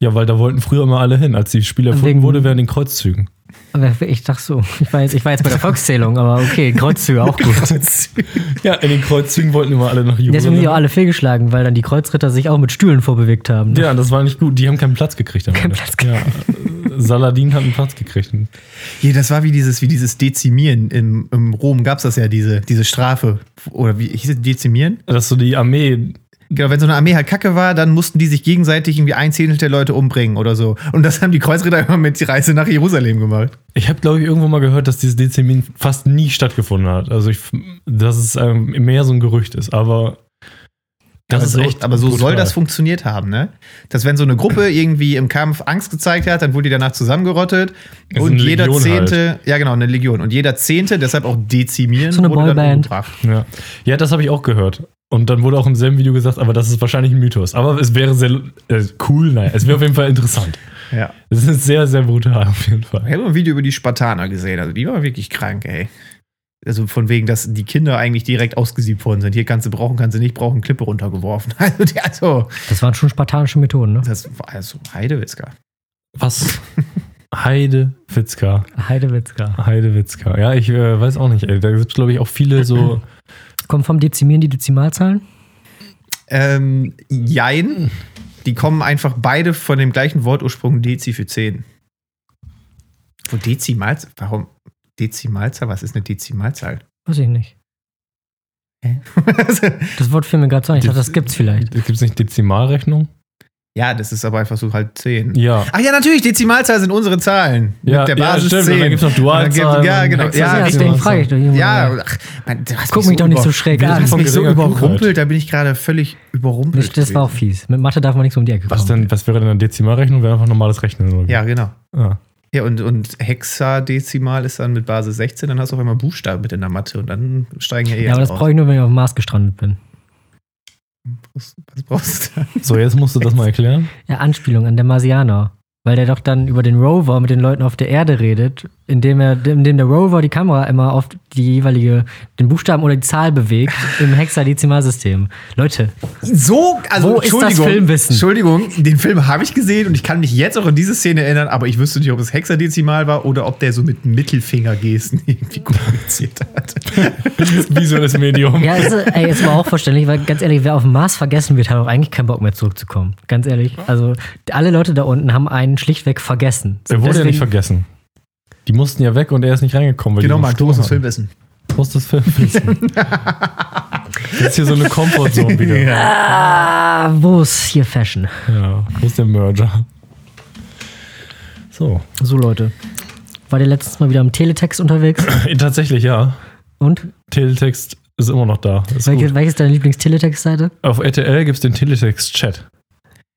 A: Ja, weil da wollten früher immer alle hin, als die Spiel erfunden
C: Wegen-
A: wurde, während den Kreuzzügen.
C: Aber Ich dachte so, ich war jetzt, ich war jetzt bei der Volkszählung, aber okay, Kreuzzüge auch
B: Genau,
C: gut.
A: Ja, in den Kreuzzügen wollten immer alle nach
C: Deswegen sind
A: Jerusalem.
C: die auch alle fehlgeschlagen, weil dann die Kreuzritter sich auch mit Stühlen vorbewegt haben. ne?
A: Ja, das war nicht gut. Die haben keinen Platz gekriegt. am
C: Keinen
A: Ende.
C: Platz
A: Ja, äh, Saladin hat einen Platz gekriegt.
B: Hier, das war wie dieses, wie dieses Dezimieren. Im, im Rom gab es das ja, diese, diese Strafe. Oder wie hieß es Dezimieren?
A: Dass du die Armee.
B: Genau, wenn so eine Armee halt kacke war, dann mussten die sich gegenseitig irgendwie ein Zehntel der Leute umbringen oder so. Und das haben die Kreuzritter immer mit die Reise nach Jerusalem gemacht.
A: Ich habe, glaube ich, irgendwo mal gehört, dass dieses Dezimin fast nie stattgefunden hat. Also, ich, dass es ähm, mehr so ein Gerücht ist. Aber das
B: aber
A: ist
B: so,
A: echt.
B: aber so soll
A: brutal.
B: das funktioniert haben, ne? Dass wenn so eine Gruppe irgendwie im Kampf Angst gezeigt hat, dann wurde die danach zusammengerottet
A: Also
B: und
A: eine
B: jeder
A: Legion halt.
B: Zehnte, ja genau, eine Legion und jeder Zehnte, deshalb auch dezimieren,
C: So eine
B: wurde dann
C: Boyband.
B: umgebracht.
A: Ja, ja das habe ich auch gehört. Und dann wurde auch im selben Video gesagt, aber das ist wahrscheinlich ein Mythos. Aber es wäre sehr äh, cool, nein, es wäre auf jeden Fall interessant.
B: Ja.
A: Es ist sehr, sehr brutal auf jeden Fall.
B: Ich habe ein Video über die Spartaner gesehen, also die waren wirklich krank, ey. Also von wegen, dass die Kinder eigentlich direkt ausgesiebt worden sind. Hier kannst du brauchen, kannst du nicht brauchen, Klippe runtergeworfen. Also, die, also
C: Das waren schon spartanische Methoden, ne?
B: das war also Heidewitzka.
A: Was? Heide Witzka.
C: Heidewitzka.
A: Heide Witzka. Ja, ich äh, weiß auch nicht, ey. Da gibt es, glaube ich, auch viele so.
C: Kommen vom Dezimieren die Dezimalzahlen?
B: Ähm, jein. Die kommen einfach beide von dem gleichen Wortursprung Dezi für 10. Wo Dezimalzahl? Warum? Dezimalzahl? Was ist eine Dezimalzahl?
C: Weiß ich nicht.
B: Also,
C: Das Wort fiel mir gerade so ein. Ich dachte, das gibt's vielleicht.
A: Gibt es nicht Dezimalrechnung?
B: ja, das ist aber einfach so halt 10.
A: Ja.
B: Ach ja, natürlich, Dezimalzahl sind unsere Zahlen.
A: Ja,
B: Mit der
A: ja,
B: Basis
A: stimmt. Und
B: 10.
A: dann gibt's noch Dualzahlen
B: Und dann gibt- Ja,
A: und
B: genau.
A: Hexazahlen.
C: Ja,
B: Ja,
A: ich-
C: deswegen frage ich doch. Junge.
B: ja, ach, Mann, du hast
C: Guck mich doch nicht so
B: über-
C: schräg
A: Wir
B: Du
A: sind
C: an.
B: hast
A: von
B: mich so
A: geringer Klugheit.
B: überrumpelt, da bin ich gerade völlig überrumpelt.
C: Nicht, das war auch
B: gewesen.
C: fies. Mit Mathe darf man nicht so um die Ecke kommen.
A: Was, denn, was wäre denn eine Dezimalrechnung? Wäre einfach normales Rechnen. Oder? wie?
B: Ja, genau.
A: Ah.
B: Ja, und, und Hexadezimal ist dann mit Basis 16, dann hast du auf einmal Buchstaben mit in der Mathe und dann steigen ja eh
C: Ja, aber das brauche ich nur, wenn ich auf dem Mars gestrandet bin.
B: Was brauchst du da?
A: So, jetzt musst du das mal erklären.
C: Ja, Anspielung an der Marsianer. Weil der doch dann über den Rover mit den Leuten auf der Erde redet, indem er, indem der Rover die Kamera immer auf die jeweilige, den Buchstaben oder die Zahl bewegt im Hexadezimalsystem. Leute,
B: So, also
C: Wo ist das Filmwissen?
B: Entschuldigung, den Film habe ich gesehen und ich kann mich jetzt auch an diese Szene erinnern, aber ich wüsste nicht, ob es Hexadezimal war oder ob der so mit Mittelfingergesten irgendwie kommuniziert hat.
A: Visuelles Medium.
C: ja, ist, ey, ist mir auch verständlich, weil ganz ehrlich, wer auf dem Mars vergessen wird, hat auch eigentlich keinen Bock mehr zurückzukommen. Ganz ehrlich. Also, alle Leute da unten haben einen schlichtweg vergessen.
A: Er wurde ja nicht
C: Deswegen-
A: vergessen. Die mussten ja weg und er ist nicht reingekommen. Weil
B: Genau,
A: die so
B: mal
A: einen
B: großes
A: Sturm
B: Filmwissen.
A: hatten. Großes Filmwissen. das ist hier so eine Comfortzone wieder. Ja.
C: Ah, wo ist hier Fashion?
A: Wo ist der Merger? So.
C: So, Leute. War der letztes Mal wieder am Teletext unterwegs?
A: Äh, Tatsächlich, ja.
C: Und?
A: Teletext ist immer noch da. Ist
C: Welche,
A: gut.
C: welche ist deine Lieblingsteletext-Seite?
A: Auf RTL gibt es den Teletext-Chat.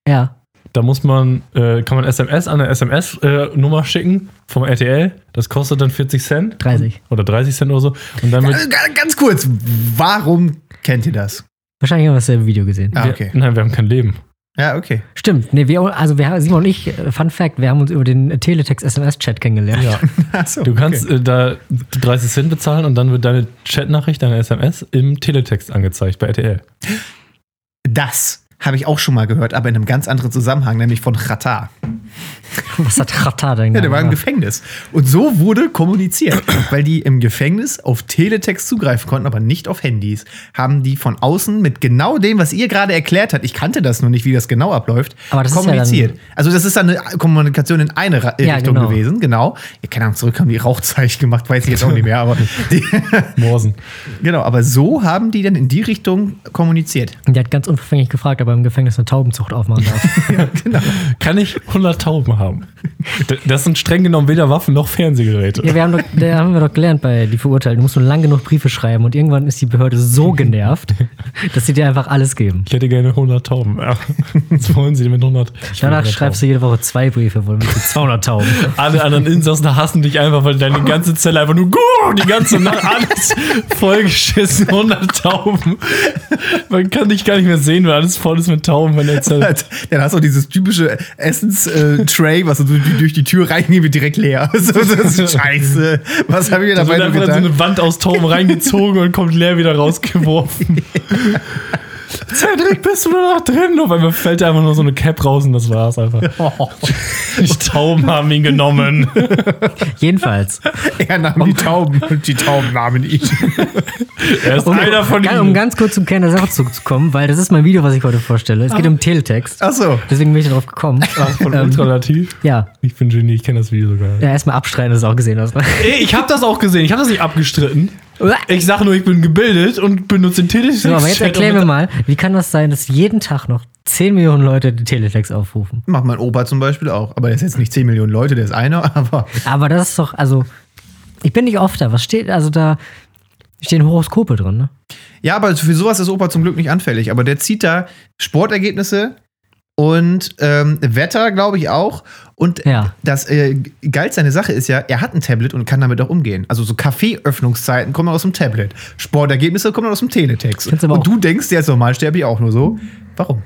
C: Ja.
A: Da muss man, äh, kann man SMS an eine SMS-Nummer äh, schicken vom RTL. Das kostet dann 40 Cent
C: 30.
A: oder 30 Cent oder so. Und dann wird.
B: Also, ga- ganz kurz, warum kennt ihr das?
C: Wahrscheinlich haben wir dasselbe Video gesehen.
B: Ah, okay.
A: Wir, nein, wir haben kein Leben.
B: Ja, okay.
C: Stimmt. Nee, wir, also wir, Simon und ich, äh, Fun Fact, wir haben uns über den Teletext-SMS-Chat kennengelernt.
A: Ja.
B: Ach so,
A: Du kannst
B: okay.
A: äh, da 30 Cent bezahlen und dann wird deine Chatnachricht, deine SMS im Teletext angezeigt bei RTL.
B: Das habe ich auch schon mal gehört, aber in einem ganz anderen Zusammenhang, nämlich von Chata.
C: Was hat Rata denn
B: Ja, der war im
C: gemacht?
B: Gefängnis. Und so wurde kommuniziert, weil die im Gefängnis auf Teletext zugreifen konnten, aber nicht auf Handys. Haben die von außen mit genau dem, was ihr gerade erklärt habt, ich kannte das nur nicht, wie das genau abläuft,
C: Aber das ist ja
B: kommuniziert. also das ist dann eine Kommunikation in eine Ra-
C: Ja,
B: Richtung
C: genau.
B: gewesen, genau. Ja, keine Ahnung, zurück haben die Rauchzeichen gemacht, weiß ich jetzt auch nicht mehr, aber die,
A: Morsen.
B: genau, aber so haben die dann in die Richtung kommuniziert.
C: Und Der hat ganz unverfänglich gefragt, ob er im Gefängnis eine Taubenzucht aufmachen darf.
A: Kann ich 100 Tauben haben? D- Das sind streng genommen weder Waffen noch Fernsehgeräte.
C: ja, wir haben, doch, da haben wir doch gelernt bei die Verurteilten. Du musst nur lang genug Briefe schreiben und irgendwann ist die Behörde so genervt, dass sie dir einfach alles geben.
A: Ich hätte gerne 100 Tauben. Ja. Was wollen Sie denn mit 100? Ich will
C: Danach
A: 100
C: schreibst du jede Woche zwei Briefe, wohl mit so 200 Tauben.
A: Tauben. Alle anderen Insassen hassen dich einfach, weil deine ganze Zelle einfach nur Guh! die ganze Nacht alles vollgeschissen, 100 Tauben. Man kann dich gar nicht mehr sehen, weil alles voll ist mit Tauben in der Zelle.
B: Halt, Dann hast du auch dieses typische Essens-Tray, was du durch- durch die Tür reingehen wird direkt leer. So, das ist scheiße. Was habe ich mir
A: Also Da
B: dabei
A: wird einfach
B: nur
A: in so
B: gedacht?
A: eine Wand aus Tauben reingezogen und kommt leer wieder rausgeworfen. Cedric, bist du nur noch drin? Auf einmal fällt da einfach nur so eine Cap raus und das war's einfach. Oh. Die Tauben haben ihn genommen.
C: Jedenfalls.
B: Er nahm
A: Oh.
B: die Tauben und die Tauben nahmen ihn.
A: Er ist einer von
C: um,
A: ihnen.
C: um ganz kurz zum Kern der Sache zurückzukommen, weil das ist mein Video, was ich heute vorstelle. Es geht um Teletext.
B: Achso.
C: Deswegen bin ich darauf gekommen.
A: Ah, von Ultralativ.
C: Ja,
A: Ich bin Genie, ich kenne das Video sogar.
C: ähm, Ja, erstmal abstreiten, dass du es auch gesehen hast.
A: Ey, ich habe das auch gesehen. Ich habe das nicht abgestritten. Ich sage nur, ich bin gebildet und benutze den Teletext.
C: So, aber jetzt erklären wir mal, wie kann das sein, dass jeden Tag noch 10 Millionen Leute den Teletext aufrufen?
B: Macht mein Opa zum Beispiel auch. Aber der ist jetzt nicht 10 Millionen Leute, der ist einer, aber
C: Aber das ist doch, also, ich bin nicht oft da. Was steht, also da stehen Horoskope drin, ne?
B: Ja, aber für sowas ist Opa zum Glück nicht anfällig. Aber der zieht da Sportergebnisse und ähm, Wetter, glaube ich, auch. Und
C: Ja.
B: das äh, geilste an der Sache ist ja, er hat ein Tablet und kann damit auch umgehen. Also so Kaffeeöffnungszeiten kommen aus dem Tablet. Sportergebnisse kommen aus dem Teletext.
C: Kannst aber auch-
B: Und du denkst dir als Normalsterblich auch nur so, warum?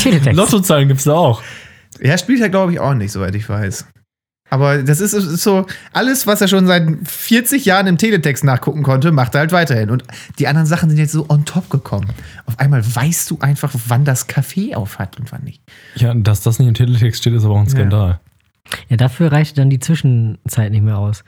C: Teletext.
A: Lottozahlen gibt's da auch.
B: Er spielt ja, glaube ich, auch nicht, soweit ich weiß. Aber das ist so, alles, was er schon seit 40 Jahren im Teletext nachgucken konnte, macht er halt weiterhin. Und die anderen Sachen sind jetzt so on top gekommen. Auf einmal weißt du einfach, wann das Café auf hat und wann nicht.
A: Ja, dass das nicht im Teletext steht, ist aber auch ein Skandal.
C: Ja, dafür reichte dann die Zwischenzeit nicht mehr aus.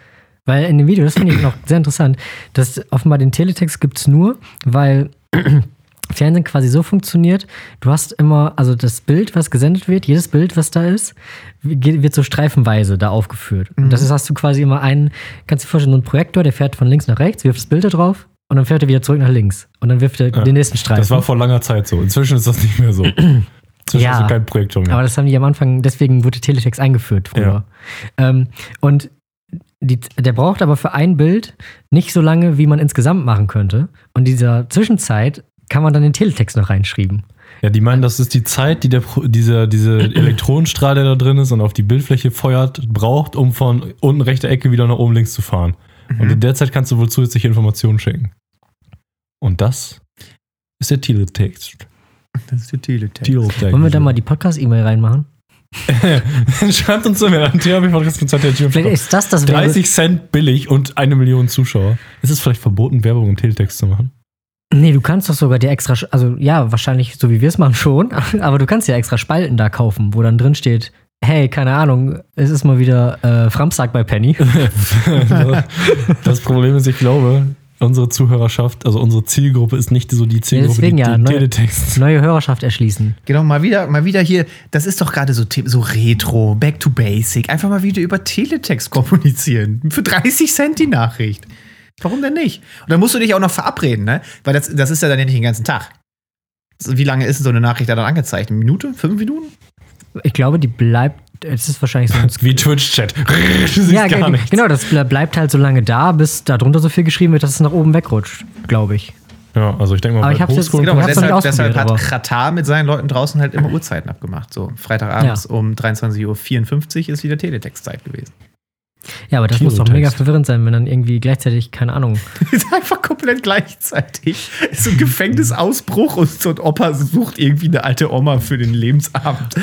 C: Weil in dem Video, das finde ich noch sehr interessant, dass offenbar den Teletext gibt es nur, weil Fernsehen quasi so funktioniert, du hast immer, also das Bild, was gesendet wird, jedes Bild, was da ist, geht- wird so streifenweise da aufgeführt.
A: Mhm.
C: Und das ist, hast du quasi immer einen, kannst du dir vorstellen, so einen Projektor, der fährt von links nach rechts, wirft das Bild da drauf und dann fährt er wieder zurück nach links. Und dann wirft er den nächsten Streifen.
A: Das war vor langer Zeit so. Inzwischen ist das nicht mehr so. Inzwischen
C: Ja.
A: ist kein Projektor mehr.
C: Aber das haben die am Anfang, deswegen wurde Teletext eingeführt früher. Ähm, und die, der braucht aber für ein Bild nicht so lange, wie man insgesamt machen könnte. Und dieser Zwischenzeit kann man dann den Teletext noch reinschreiben.
A: Ja, die meinen, das ist die Zeit, die der, Pro- dieser, diese Elektronenstrahl, der da drin ist und auf die Bildfläche feuert, braucht, um von unten rechter Ecke wieder nach oben links zu fahren.
C: Mhm.
A: Und in der Zeit kannst du wohl zusätzliche Informationen schicken. Und das ist der Teletext.
B: Das ist der Teletext.
A: Teletext.
C: Wollen wir da mal die Podcast-E-Mail reinmachen?
A: Schreibt uns eine Mail an
C: Vielleicht
A: therapie
C: ist das das Werbe-
A: 30 Cent billig und eine Million Zuschauer. Ist es vielleicht verboten, Werbung im Teletext zu machen?
C: Nee, du kannst doch sogar die extra, Sch- also ja, wahrscheinlich so wie wir es machen schon, aber du kannst ja extra Spalten da kaufen, wo dann drin steht, hey, keine Ahnung, es ist mal wieder äh, Framsack bei Penny.
A: das Problem ist, ich glaube, unsere Zuhörerschaft, also unsere Zielgruppe ist nicht so die Zielgruppe,
C: deswegen
A: die
C: ja,
A: den
C: ne?
A: Teletext.
C: Neue Hörerschaft erschließen.
B: Genau, mal wieder, mal wieder hier, das ist doch gerade so, The- so Retro, Back to Basic. Einfach mal wieder über Teletext kommunizieren. Für 30 Cent die Nachricht. Warum denn nicht? Und dann musst du dich auch noch verabreden, ne? Weil das, das ist ja dann ja nicht den ganzen Tag. So, Wie lange ist denn so eine Nachricht da dann angezeigt? Eine Minute? Fünf Minuten?
C: Ich glaube, die bleibt, es ist wahrscheinlich so ein
A: Wie Twitch-Chat. Du siehst
C: Ja,
A: gar
C: ge-
A: nichts.
C: genau, das ble- bleibt halt so lange da, bis darunter so viel geschrieben wird, dass es nach oben wegrutscht, glaube ich.
A: Ja, also ich denke mal,
C: Aber
A: bei
C: ich hab's jetzt-
A: Hochschulen-
C: Genau,
B: Genau, weil
C: hab's noch
B: deshalb,
C: nicht
B: deshalb hat
C: ausprobiert,
B: Katar mit seinen Leuten draußen halt immer Uhrzeiten abgemacht. So, Freitagabends
C: Ja.
B: um 23.54 Uhr ist wieder Teletext-Zeit gewesen.
C: Ja, aber das muss doch
A: Kilotext.
C: mega verwirrend sein, wenn dann irgendwie gleichzeitig, keine Ahnung.
B: ist einfach komplett gleichzeitig. Ist so ein Gefängnisausbruch und so ein Opa sucht irgendwie eine alte Oma für den Lebensabend.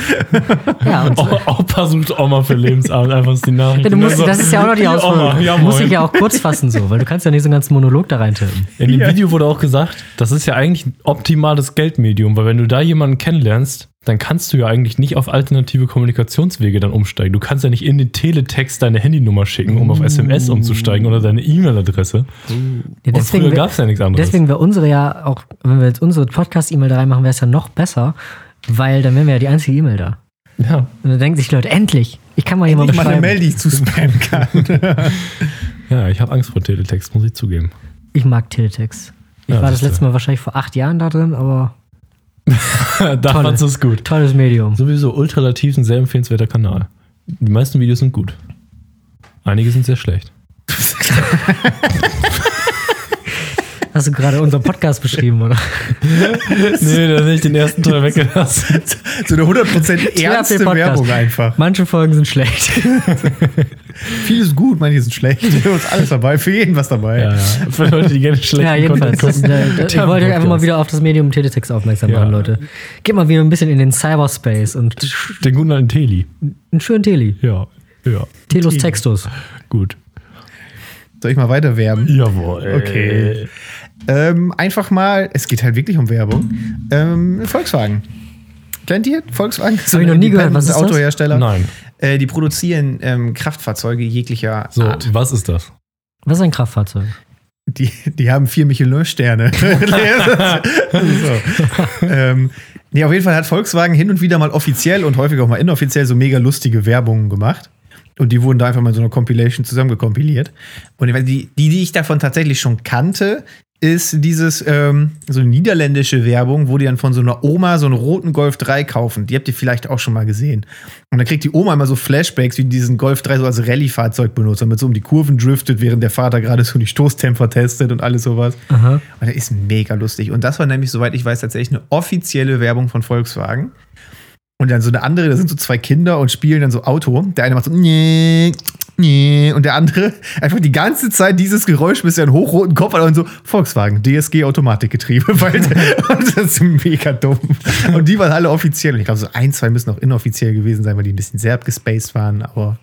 C: Ja, und
A: O- Opa sucht oh, Oma für Lebensabend, einfach ist die Nachricht.
C: Ja, du musst,
A: Also,
C: das ist ja auch noch die
A: Oma,
C: Ausführung.
A: ja,
C: du musst
A: moin.
C: dich ja auch kurz fassen, so, weil du kannst ja nicht so einen ganzen Monolog da reintippen.
A: In dem Video wurde auch gesagt, das ist ja eigentlich ein optimales Geldmedium, weil wenn du da jemanden kennenlernst, dann kannst du ja eigentlich nicht auf alternative Kommunikationswege dann umsteigen. Du kannst ja nicht in den Teletext deine Handynummer schicken, um auf SMS umzusteigen oder deine E-Mail-Adresse.
C: Ja,
A: Und Oh, früher
C: wär-
A: gab es ja nichts anderes.
C: Deswegen wäre unsere ja auch, wenn wir jetzt unsere Podcast-E-Mail da reinmachen, wäre es ja noch besser, weil dann wären wir ja die einzige E-Mail da.
A: ja.
C: Und dann denken sich die Leute, endlich, ich kann mal jemandem
B: Mal eine Mail,
C: schreiben.
B: die ich zuspammen kann.
A: ja, ich habe Angst vor Teletext, muss ich zugeben.
C: Ich mag Teletext. Ich
A: Ja,
C: war das
A: siehste.
C: letzte Mal wahrscheinlich vor acht Jahren da drin, aber
A: da
C: Tolle.
A: fandst du es gut.
C: tolles Medium.
A: Sowieso ultralativ ein sehr empfehlenswerter Kanal. Die meisten Videos sind gut. Einige sind sehr schlecht.
C: Hast du gerade unseren Podcast beschrieben, oder?
A: nee, da nicht den ersten Teil weggelassen.
B: so eine 100% ernste
C: Therapie-Podcast.
B: Werbung einfach.
C: Manche Folgen sind schlecht.
B: Vieles gut, manche sind schlecht. Da ist alles dabei, für jeden was dabei.
A: Ja, ja. Für Leute, die gerne schlecht
C: ja, jedenfalls. Das, äh, das, ich
A: Der
C: wollte euch einfach mal
A: Podcast.
C: wieder auf das Medium Teletext aufmerksam
A: Ja.
C: machen, Leute. Geht mal wieder ein bisschen in den Cyberspace und sch-
A: Den guten alten Teli.
C: einen schönen Teli.
A: Ja, ja.
C: Telus Textus.
A: Gut.
B: Soll ich mal weiter werben?
A: Jawohl.
B: Okay. Ähm, einfach mal, es geht halt wirklich um Werbung. Ähm, Volkswagen. Kennt ihr Volkswagen?
C: Hab ich noch nie gehört. Was ist das?
B: Autohersteller.
A: Nein.
B: Äh, die produzieren ähm, Kraftfahrzeuge jeglicher
A: So,
B: Art.
A: was ist das?
C: Was ist ein Kraftfahrzeug?
B: Die, die haben vier Michelin-Sterne. so. ähm, nee, auf jeden Fall hat Volkswagen hin und wieder mal offiziell und häufig auch mal inoffiziell so mega lustige Werbungen gemacht. Und die wurden da einfach mal in so einer Compilation zusammengekompiliert. Und ich weiß, die, die, die ich davon tatsächlich schon kannte, ist dieses ähm, so eine niederländische Werbung, wo die dann von so einer Oma so einen roten Golf 3 kaufen. Die habt ihr vielleicht auch schon mal gesehen. Und dann kriegt die Oma immer so Flashbacks, wie die diesen Golf 3 so als Rallye-Fahrzeug benutzt, damit so um die Kurven driftet, während der Vater gerade so die Stoßtemper testet und alles sowas.
C: Aha.
B: Und das ist mega lustig. Und das war nämlich, soweit ich weiß, tatsächlich eine offizielle Werbung von Volkswagen. Und dann so eine andere, da sind so zwei Kinder und spielen dann so Auto. Der eine macht so nee, nee, und der andere einfach die ganze Zeit dieses Geräusch bis er einen hochroten Kopf hat und so Volkswagen, DSG Automatikgetriebe. Weil, und das ist mega dumm. Und die waren alle offiziell. Und ich glaube, so ein, zwei müssen auch inoffiziell gewesen sein, weil die ein bisschen sehr abgespaced waren. Aber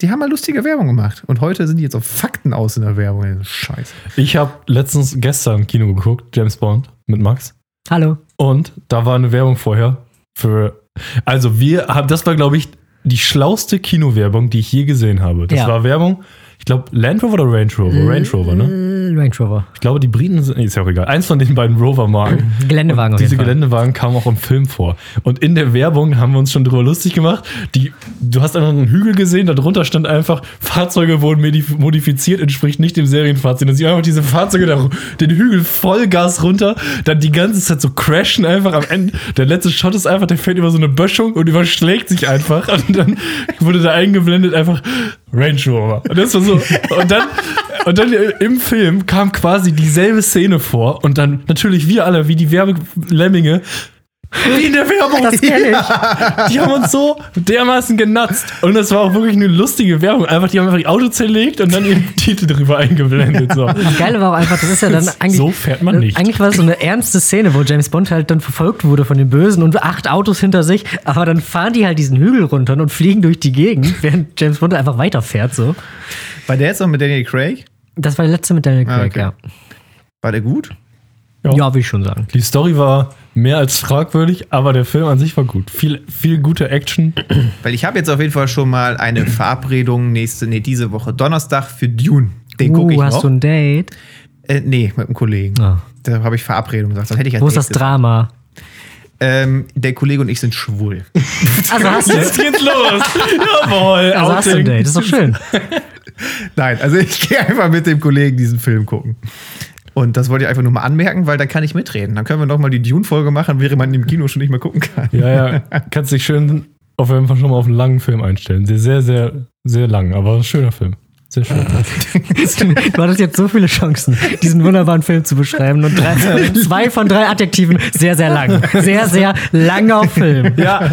B: Die haben mal lustige Werbung gemacht. Und heute sind die jetzt auf Fakten aus in der Werbung. Also, Scheiße.
A: Ich habe letztens gestern Kino geguckt, James Bond mit Max.
C: Hallo.
A: Und da war eine Werbung vorher für. Also wir haben, das war glaube ich die schlauste Kinowerbung, die ich je gesehen habe. Das
C: Ja.
A: war Werbung. Ich glaube Land Rover oder Range Rover. Range Rover, ne?
B: Hm.
C: Äh, Range Rover.
A: Ich glaube, die Briten sind. nee, Ist ja auch egal. Eins von den beiden Rover-Marken.
C: Geländewagen auf
A: Diese
C: jeden Fall.
A: Geländewagen kamen auch im Film vor. Und in der Werbung haben wir uns schon drüber lustig gemacht. Die, du hast einfach einen Hügel gesehen, darunter stand einfach, Fahrzeuge wurden modif- modifiziert, entspricht nicht dem Serienfahrzeug. Dann sieht man einfach diese Fahrzeuge da, ru- den Hügel Vollgas runter, dann die ganze Zeit so crashen einfach am Ende. Der letzte Shot ist einfach, der fällt über so eine Böschung und überschlägt sich einfach. Und dann wurde da eingeblendet einfach Range Rover. Und das war so. Und dann. Und dann im Film kam quasi dieselbe Szene vor und dann natürlich wir alle, wie die Werbelemminge, wie in der Werbung.
C: Das kenne ich.
A: Die haben uns so dermaßen genatzt. Und das war auch wirklich eine lustige Werbung. Einfach, die haben einfach die Auto zerlegt und dann ihren Titel drüber eingeblendet. So.
C: Das Geile war auch einfach, das ist ja dann eigentlich.
A: So fährt man nicht.
C: Eigentlich war es so eine ernste Szene, wo James Bond halt dann verfolgt wurde von den Bösen und acht Autos hinter sich, aber dann fahren die halt diesen Hügel runter und fliegen durch die Gegend, während James Bond einfach weiterfährt. So.
B: War der jetzt noch mit Daniel Craig?
C: Das war der letzte mit Daniel
B: Ah,
C: Craig,
B: okay. War der gut?
A: Ja.
C: ja. Ja, will ich schon sagen.
A: Die Story war mehr als fragwürdig, aber der Film an sich war gut. Viel, viel gute Action.
B: Weil ich habe jetzt auf jeden Fall schon mal eine Verabredung nächste, nee, diese Woche Donnerstag für Dune. Den gucke ich
C: Uh, hast
B: noch.
C: du ein Date?
B: äh, nee, mit einem Kollegen.
C: Ah.
B: Da habe ich Verabredung gesagt. Das hätte ich als
C: Wo ist das
B: nächstes.
C: Drama?
B: Ähm, der Kollege und ich sind schwul.
C: Also hast du,
A: Jetzt geht's los. Jawohl.
C: also hast du ein
A: Outing.
C: Date, das ist doch schön.
B: Nein, also ich gehe einfach mit dem Kollegen diesen Film gucken. Und das wollte ich einfach nur mal anmerken, weil da kann ich mitreden. Dann können wir noch mal die Dune-Folge machen, während man im Kino schon nicht mehr gucken kann.
A: Ja, ja. Kannst dich schön auf jeden Fall schon mal auf einen langen Film einstellen. Sehr, sehr, sehr, sehr lang, aber ein schöner Film. Sehr schön.
C: Du hattest jetzt so viele Chancen, diesen wunderbaren Film zu beschreiben. Und drei, zwei von drei Adjektiven, sehr, sehr lang. Sehr, sehr langer Film.
A: ja.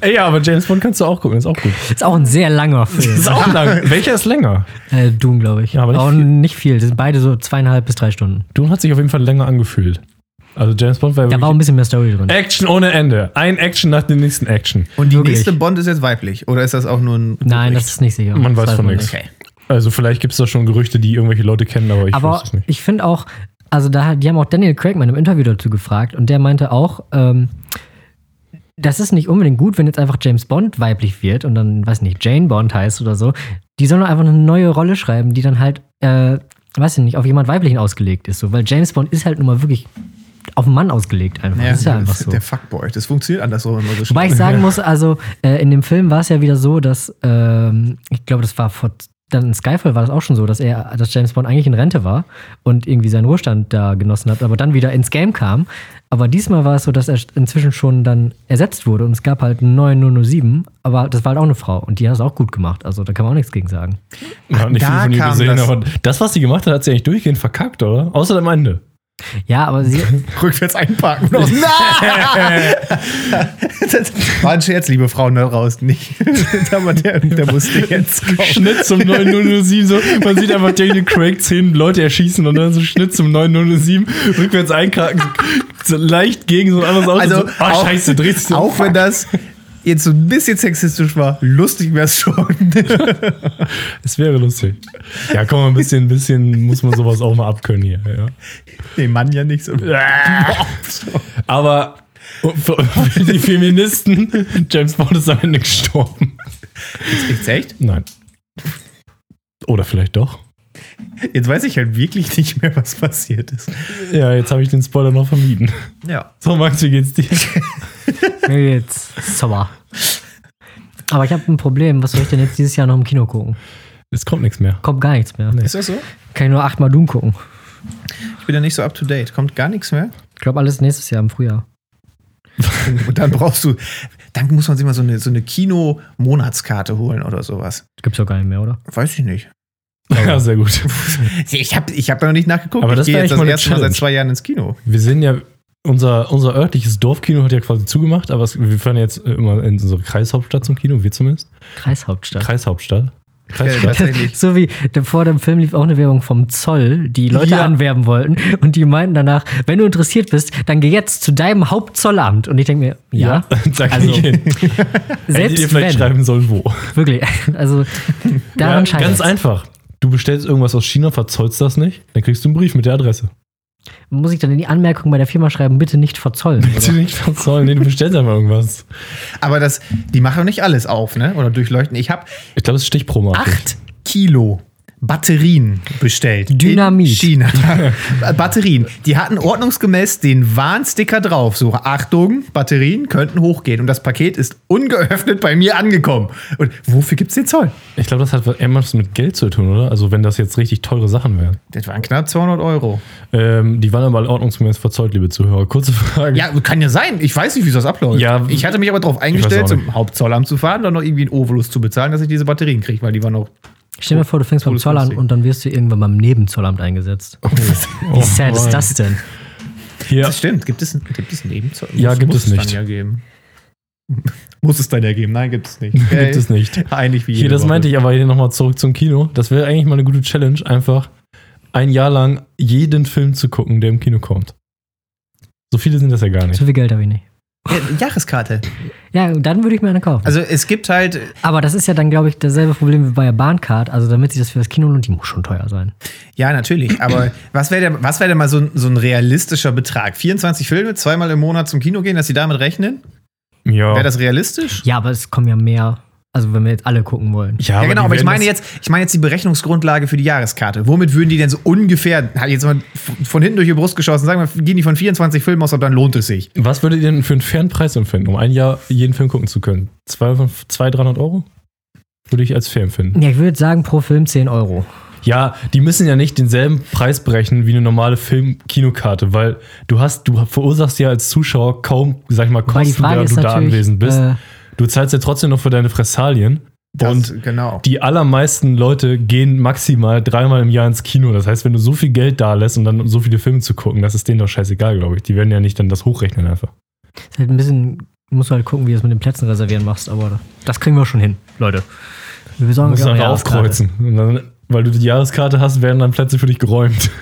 A: Ey, ja, aber James Bond kannst du auch gucken, ist auch gut.
C: Ist auch ein sehr langer Film.
A: Ist auch lang. Welcher ist länger?
C: Äh, Doom, glaube ich.
A: Ja, aber nicht
C: auch
A: viel.
C: nicht viel. Das sind beide so zweieinhalb bis drei Stunden.
A: Du hat sich auf jeden Fall länger angefühlt. Also James Bond war,
C: Da war
A: wirklich
C: auch
A: Äh,
C: ein bisschen mehr Story drin.
A: Action ohne Ende. Ein Action nach dem nächsten Action.
B: Und die
C: Wirklich?
B: nächste Bond ist jetzt weiblich. Oder ist das auch nur ein.
C: Nein, das ist nicht sicher.
A: Man
C: Das
A: weiß von
C: man
A: nichts.
C: nicht.
B: Okay.
A: Also vielleicht gibt es da schon Gerüchte, die irgendwelche Leute kennen, aber ich
C: Aber
A: weiß es nicht.
C: ich finde auch, also da, die haben auch Daniel Craig mal in einem Interview dazu gefragt und der meinte auch, ähm, das ist nicht unbedingt gut, wenn jetzt einfach James Bond weiblich wird und dann, weiß nicht, Jane Bond heißt oder so. Die sollen doch einfach eine neue Rolle schreiben, die dann halt, äh, weiß ich nicht, auf jemand weiblichen ausgelegt ist. So. Weil James Bond ist halt nun mal wirklich auf einen Mann ausgelegt einfach.
B: Ja,
C: das ist ja einfach so.
B: Der Fuckboy. Das funktioniert andersrum immer so
C: Wobei ich sagen muss, also äh, in dem Film war es ja wieder so, dass ähm, ich glaube, das war vor dann in Skyfall war das auch schon so, dass er, dass James Bond eigentlich in Rente war und irgendwie seinen Ruhestand da genossen hat, aber dann wieder ins Game kam. Aber diesmal war es so, dass er inzwischen schon dann ersetzt wurde und es gab halt einen neuen 007, aber das war halt auch eine Frau und die hat es auch gut gemacht. Also da kann man auch nichts gegen sagen.
A: Man hat nicht
B: da
A: viel von ihr
B: kam
A: gesehen,
B: das-
A: aber das, was sie gemacht hat, hat sie eigentlich durchgehend verkackt, oder? Außer am Ende.
C: Ja, aber sie,
B: rückwärts einparken. Und aus- Nein! das war ein Scherz, liebe Frauen da draußen. Nicht. Aber der, der musste jetzt kommen.
A: Schnitt zum 9007. So, man sieht einfach Daniel Craig zehn Leute erschießen und dann so Schnitt zum 9007, rückwärts einkraken, so leicht gegen so ein anderes Auto. so, ah,
B: auch-
A: scheiße, dreht sich so.
B: Auch wenn das jetzt so ein bisschen sexistisch war, lustig wär's schon.
A: Es wäre lustig. Ja, komm, ein bisschen, ein bisschen muss man sowas auch mal abkönnen hier. Ja.
B: Den Mann ja nicht so.
A: Aber für für die Feministen, James Bond ist am Ende gestorben.
B: Ist echt?
A: Nein. Oder vielleicht doch.
B: Jetzt weiß ich halt wirklich nicht mehr, was passiert ist.
A: Ja, jetzt habe ich den Spoiler noch vermieden.
B: Ja.
A: So, Max, wie geht's dir?
C: jetzt, sauber. Aber ich habe ein Problem. Was soll ich denn jetzt dieses Jahr noch im Kino gucken?
A: Es kommt nichts mehr.
C: Kommt gar nichts mehr.
B: Ist das so?
C: Kann ich nur achtmal Doom gucken.
B: Ich bin ja nicht so up to date. Kommt gar nichts mehr.
C: Ich glaube, alles nächstes Jahr im Frühjahr.
B: Und dann brauchst du. Dann muss man sich mal so eine, so eine Kino-Monatskarte holen oder sowas.
C: Gibt's doch gar nicht mehr, oder?
B: Weiß ich nicht.
A: Ja, sehr gut.
B: Ich habe ich hab da noch nicht nachgeguckt.
A: Aber das
B: ich geh
A: wär
B: jetzt
A: echt mal eine
B: das erste Mal seit
A: Challenge.
B: zwei Jahren ins Kino.
A: Wir sind ja, unser, unser örtliches Dorfkino hat ja quasi zugemacht, aber es, wir fahren jetzt äh, immer in unsere Kreishauptstadt zum Kino, wir zumindest.
C: Kreishauptstadt.
A: Kreishauptstadt. Kreisstadt.
B: Tatsächlich.
C: So wie dem- vor dem Film lief auch eine Werbung vom Zoll, die Leute
A: Ja.
C: anwerben wollten und die meinten danach, wenn du interessiert bist, dann geh jetzt zu deinem Hauptzollamt. Und ich denke mir, ja,
A: da kann
C: Also,
A: ich hin. Hättet ihr
C: selbst
A: vielleicht
C: wenn,
A: schreiben sollen, wo.
C: wirklich, also
A: Ja,
C: daran scheint
A: ganz einfach. Du bestellst irgendwas aus China, verzollst das nicht, dann kriegst du einen Brief mit der Adresse.
C: Muss ich dann in die Anmerkung bei der Firma schreiben, bitte nicht verzollen?
A: Willst du nicht verzollen? Nee, du bestellst einfach irgendwas.
B: Aber das, die machen nicht alles auf, ne? Oder durchleuchten. Ich habe
A: Ich glaube, es ist stichpromartig.
B: acht Kilo Batterien bestellt.
C: Dynamit.
B: In China. Batterien. Die hatten ordnungsgemäß den Warnsticker drauf. So, Achtung, Batterien könnten hochgehen. Und das Paket ist ungeöffnet bei mir angekommen. Und wofür gibt's den Zoll?
A: Ich glaube, das hat irgendwas mit Geld zu tun, oder? Also, wenn das jetzt richtig teure Sachen wären.
B: Das waren knapp 200 Euro.
A: Ähm, die waren aber ordnungsgemäß verzollt, liebe Zuhörer. Kurze Frage.
B: Ja, kann ja sein. Ich weiß nicht, wie das abläuft.
A: Ja,
B: ich hatte mich aber darauf
A: auch
B: eingestellt,
A: nicht.
B: zum Hauptzollamt zu fahren, dann noch irgendwie einen Ovolus zu bezahlen, dass ich diese Batterien kriege, weil die waren noch.
C: Stell dir vor, du fängst beim
B: Cooles
C: Zoll an
B: Prinzip.
C: und dann wirst du irgendwann beim Nebenzollamt eingesetzt.
A: Oh,
C: Wie sad ist das denn?
A: Hier,
B: Das stimmt. Gibt es, gibt es einen Nebenzoll?
A: Ja,
B: Muss-
A: gibt
B: muss
A: es nicht.
B: Dann ja geben. muss es dann ja geben? Nein, gibt es nicht.
A: gibt es nicht.
B: Eigentlich wie
A: Hier, das meinte
B: ich.
A: ich aber hier nochmal zurück zum Kino. Das wäre eigentlich mal eine gute Challenge, einfach ein Jahr lang jeden Film zu gucken, der im Kino kommt. So viele sind das ja gar nicht.
C: Zu viel Geld habe ich nicht.
B: Ja, Jahreskarte.
C: Ja, dann würde ich mir eine kaufen.
B: Also es gibt halt,
C: Aber das ist ja dann, glaube ich, dasselbe Problem wie bei der Bahncard. Also damit sich das für das Kino lohnt, die muss schon teuer sein.
B: ja natürlich, aber was wäre denn, was wär denn mal so ein, so ein realistischer Betrag? 24 Filme, zweimal im Monat zum Kino gehen, dass sie damit rechnen?
A: Ja.
B: Wäre das realistisch?
C: Ja, aber es kommen ja mehr. Also wenn wir jetzt alle gucken wollen.
A: ja,
B: Ja, genau,
A: die
B: aber ich
A: werden
B: meine
A: das-
B: jetzt, ich meine jetzt die Berechnungsgrundlage für die Jahreskarte. Womit würden die denn so ungefähr, hat jetzt mal f- von hinten durch die Brust geschossen, sagen wir, gehen die von 24 Filmen aus, aber dann lohnt es sich.
A: Was würdet ihr denn für einen fairen Preis empfinden, um ein Jahr jeden Film gucken zu können? 200, 300 Euro? Würde ich als fair empfinden.
C: Ja, ich würde sagen, pro Film 10 Euro.
A: Ja, die müssen ja nicht denselben Preis berechnen wie eine normale Film-Kinokarte, weil du hast, du verursachst ja als Zuschauer kaum, sag ich mal,
C: Weil die
A: Kosten,
C: Frage
A: während
C: ist
A: du da
C: natürlich,
A: anwesend bist.
C: äh,
A: Du zahlst ja trotzdem noch für deine Fressalien. und
B: genau.
A: die allermeisten Leute gehen maximal dreimal im Jahr ins Kino. Das heißt, wenn du so viel Geld da lässt und dann so viele Filme zu gucken, das ist denen doch scheißegal, glaube ich. Die werden ja nicht dann das hochrechnen einfach.
C: ist halt ein bisschen, musst du halt gucken, wie du es mit den Plätzen reservieren machst. Aber das kriegen wir schon hin, Leute. Wir
A: Du
C: besorgen
A: musst
C: uns auch
A: einfach
C: eine Jahreskarte.
A: aufkreuzen. Und dann, weil du die Jahreskarte hast, werden dann Plätze für dich geräumt.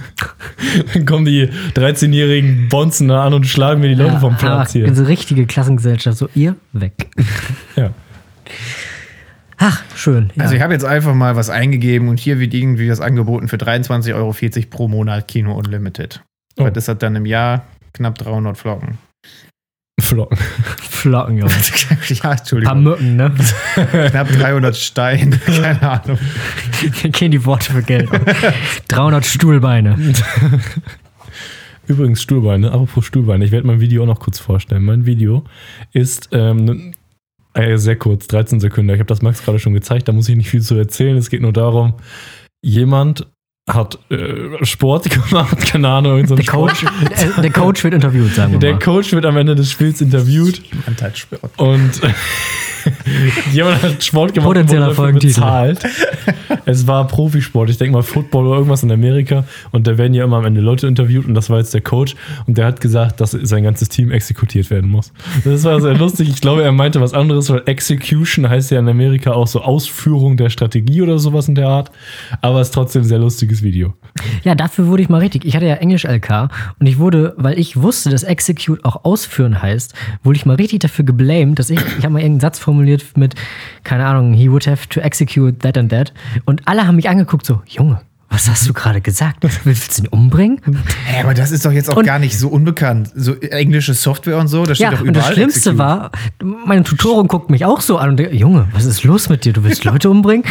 A: dann kommen die 13-jährigen Bonzen da an und schlagen mir die Leute
C: Ja,
A: vom Platz
C: ah,
A: hier.
C: Diese richtige Klassengesellschaft, so ihr weg.
A: Ja.
C: Ach, schön. Ja.
B: Also ich habe jetzt einfach mal was eingegeben und hier wird irgendwie das angeboten für 23,40 Euro pro Monat Kino Unlimited.
A: Oh.
B: Das hat dann im Jahr knapp 300 Flocken.
A: Flocken.
C: Flocken, ja. Ein
B: ja,
C: paar
B: Entschuldigung.
C: Mücken, ne?
B: Knapp 300 Steine, keine Ahnung.
C: Gehen die Worte für Geld. um. 300 Stuhlbeine.
A: Übrigens Stuhlbeine, apropos Stuhlbeine, ich werde mein Video auch noch kurz vorstellen. Mein Video ist ähm, äh, sehr kurz, 13 Sekunden. Ich habe das Max gerade schon gezeigt, da muss ich nicht viel zu erzählen. Es geht nur darum, jemand hat äh, Sport gemacht, keine Ahnung, irgend so ein
C: Der Coach,
A: Sport.
C: äh, der Coach wird interviewt, sagen wir
A: Der
C: mal.
A: Coach wird am Ende des Spiels interviewt
B: Anteilssport.
A: und jemand hat Sport gemacht
C: Potenzieller
A: und wurde dafür
C: Folgentitel.
A: bezahlt. Es war Profisport, ich denke mal Football oder irgendwas in Amerika. Und da werden ja immer am Ende Leute interviewt und das war jetzt der Coach. Und der hat gesagt, dass sein ganzes Team exekutiert werden muss. Das war sehr lustig. Ich glaube, er meinte was anderes, weil Execution heißt ja in Amerika auch so Ausführung der Strategie oder sowas in der Art. Aber es ist trotzdem ein sehr lustiges Video.
C: Ja, dafür wurde ich mal richtig. Ich hatte ja Englisch-LK und ich wurde, weil ich wusste, dass Execute auch ausführen heißt, wurde ich mal richtig dafür geblamed, dass ich, ich habe mal irgendeinen Satz formuliert mit, keine Ahnung, he would have to execute that and that. Und alle haben mich angeguckt so, Junge, was hast du gerade gesagt? Willst du ihn umbringen?
B: Ey, aber Hm, das ist doch jetzt auch
C: Und-
B: gar nicht so unbekannt. So englische Software und so, da steht
C: Ja,
B: doch überall.
C: und das Schlimmste
B: Execute.
C: war, meine Tutorin guckt mich auch so an und denkt, Junge, was ist los mit dir? Du willst Leute umbringen?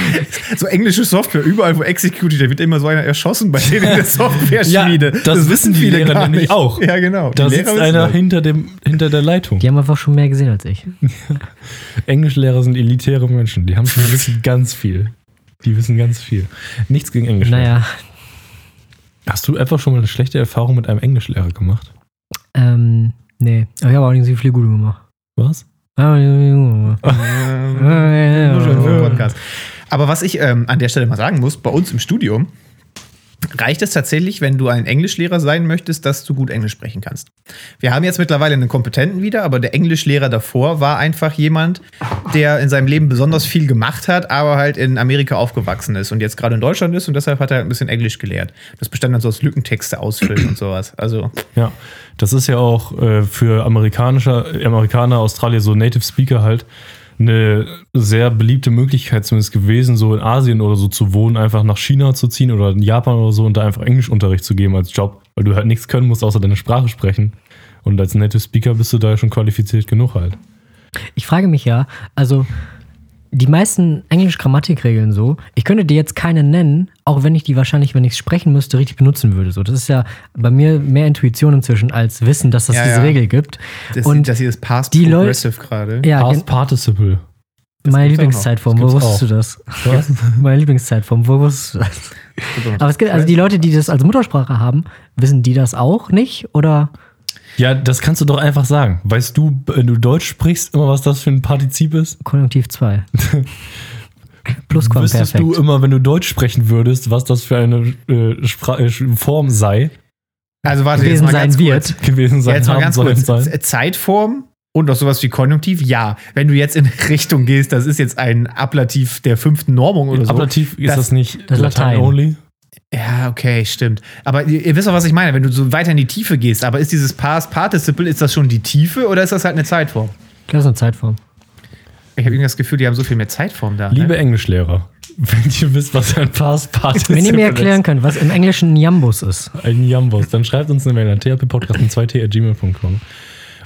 B: So englische Software, überall wo executed, da wird immer so einer erschossen bei denen in der Software-Schmiede.
A: Ja, das wissen die Lehrer nämlich auch.
B: Ja, genau.
A: Da
B: Die
A: sitzt
B: wissen
A: einer
B: das.
A: hinter, dem, hinter der Leitung.
C: Die haben einfach schon mehr gesehen als ich.
A: Englischlehrer sind elitäre Menschen. Die haben schon die wissen ganz viel. Die wissen ganz viel. Nichts gegen Englisch.
C: Naja,
A: Hast du einfach schon mal eine schlechte Erfahrung mit einem Englischlehrer gemacht?
C: ähm, nee. Aber ich habe auch nicht so viele gute gemacht.
A: Was?
C: Ah, Junge, Junge.
B: Ähm,
C: Ja,
B: Nur schon
C: ja,
B: so
C: ja.
B: ein Podcast. Aber was ich ähm, an der Stelle mal sagen muss, bei uns im Studium reicht es tatsächlich, wenn du ein Englischlehrer sein möchtest, dass du gut Englisch sprechen kannst. Wir haben jetzt mittlerweile einen Kompetenten wieder, aber der Englischlehrer davor war einfach jemand, der in seinem Leben besonders viel gemacht hat, aber halt in Amerika aufgewachsen ist und jetzt gerade in Deutschland ist und deshalb hat er ein bisschen Englisch gelehrt. Das bestand dann so aus Lückentexte ausfüllen und sowas. Also
A: Ja, das ist ja auch äh, für amerikanischer, Amerikaner, Australier, so Native Speaker halt eine sehr beliebte Möglichkeit zumindest gewesen, so in Asien oder so zu wohnen, einfach nach China zu ziehen oder in Japan oder so und da einfach Englischunterricht zu geben als Job, weil du halt nichts können musst, außer deine Sprache sprechen. Und als Native Speaker bist du da ja schon qualifiziert genug halt.
C: Ich frage mich ja, also die meisten Englisch-Grammatikregeln so, ich könnte dir jetzt keine nennen, auch wenn ich die wahrscheinlich, wenn ich es sprechen müsste, richtig benutzen würde. So, das ist ja bei mir mehr Intuition inzwischen als Wissen, dass es
B: Ja,
C: diese
B: ja.
C: Regel gibt.
B: das,
C: Und
B: das hier ist Past
C: die Leute-
B: Progressive gerade.
C: Ja,
A: Past
C: gen-
A: Participle.
C: meine
B: gibt's auch noch.
C: Lieblingszeitform, wo
A: Das gibt's
C: wusstest du das?
A: Was?
C: Meine Lieblingszeitform, wo wusstest du das? Aber es gibt also die Leute, die das als Muttersprache haben, wissen die das auch nicht? Oder
A: ja, das kannst du doch einfach sagen. Weißt du, wenn du Deutsch sprichst, immer was das für ein Partizip ist?
C: Konjunktiv 2?
A: Wüsstest
C: Plusquamperfekt.
A: du immer, wenn du Deutsch sprechen würdest, was das für eine äh, Spra äh, Form sei,
B: Also warte, jetzt
C: gewesen
B: mal ganz
C: sein
B: kurz.
C: wird.
A: gewesen
B: Ja,
A: sein,
B: jetzt mal
A: haben
B: ganz
A: sollen
B: kurz.
A: sein?
B: Z- Zeitform und auch sowas wie Konjunktiv, ja. Wenn du jetzt in Richtung gehst, das ist jetzt ein Ablativ der fünften Normung oder so.
A: Ablativ ist
B: Das-
A: das, nicht
C: das Latein.
A: only?
B: Ja, okay, stimmt. Aber ihr, ihr wisst doch, was ich meine, wenn du so weiter in die Tiefe gehst. Aber ist dieses Past Participle, ist das schon die Tiefe oder ist das halt eine Zeitform?
C: Das ist eine Zeitform.
B: Ich habe irgendwie das Gefühl, die haben so viel mehr Zeitform da.
A: Liebe
B: ne?
A: Englischlehrer, wenn ihr wisst, was ein Past Participle
C: Wenn
A: ist.
C: ihr mir erklären könnt, was im Englischen ein Jambus ist.
A: Ein Jambos, dann schreibt uns eine Mail an therapypodcast 2t.gmail.com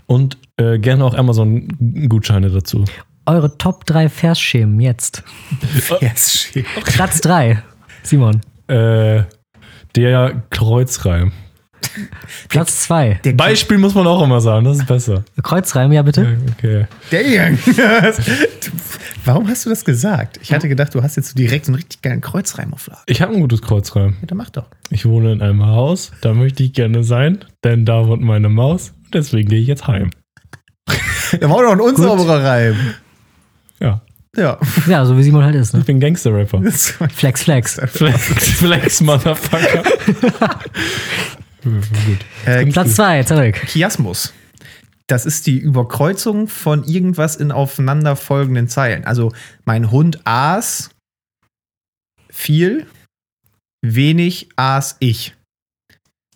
A: und äh, gerne auch Amazon-Gutscheine dazu.
C: Eure Top 3 Versschemen jetzt.
B: Yes, shit.
C: Platz 3. Simon.
A: Äh, der Kreuzreim.
C: Platz 2.
A: Beispiel muss man auch immer sagen, das ist besser.
C: Kreuzreim, ja bitte.
A: Okay.
B: Dang. Warum hast du das gesagt? Ich hatte gedacht, du hast jetzt so direkt so einen richtig geilen Kreuzreim auf Lager.
A: Ich habe ein gutes Kreuzreim.
B: Ja, dann mach doch.
A: Ich wohne in einem Haus, da möchte ich gerne sein, denn da wohnt meine Maus. Deswegen gehe ich jetzt heim.
B: Da war doch ein unsauberer Reim.
A: Ja,
B: Ja.
C: Ja, so wie Simon halt ist. Ne?
A: ich bin Gangster-Rapper.
C: Flex, flex.
A: Flex, Flex, Motherfucker. Gut.
B: äh,
C: Platz 2, zurück.
B: Chiasmus. Das ist die Überkreuzung von irgendwas in aufeinanderfolgenden Zeilen. Also mein Hund aß viel, wenig aß ich.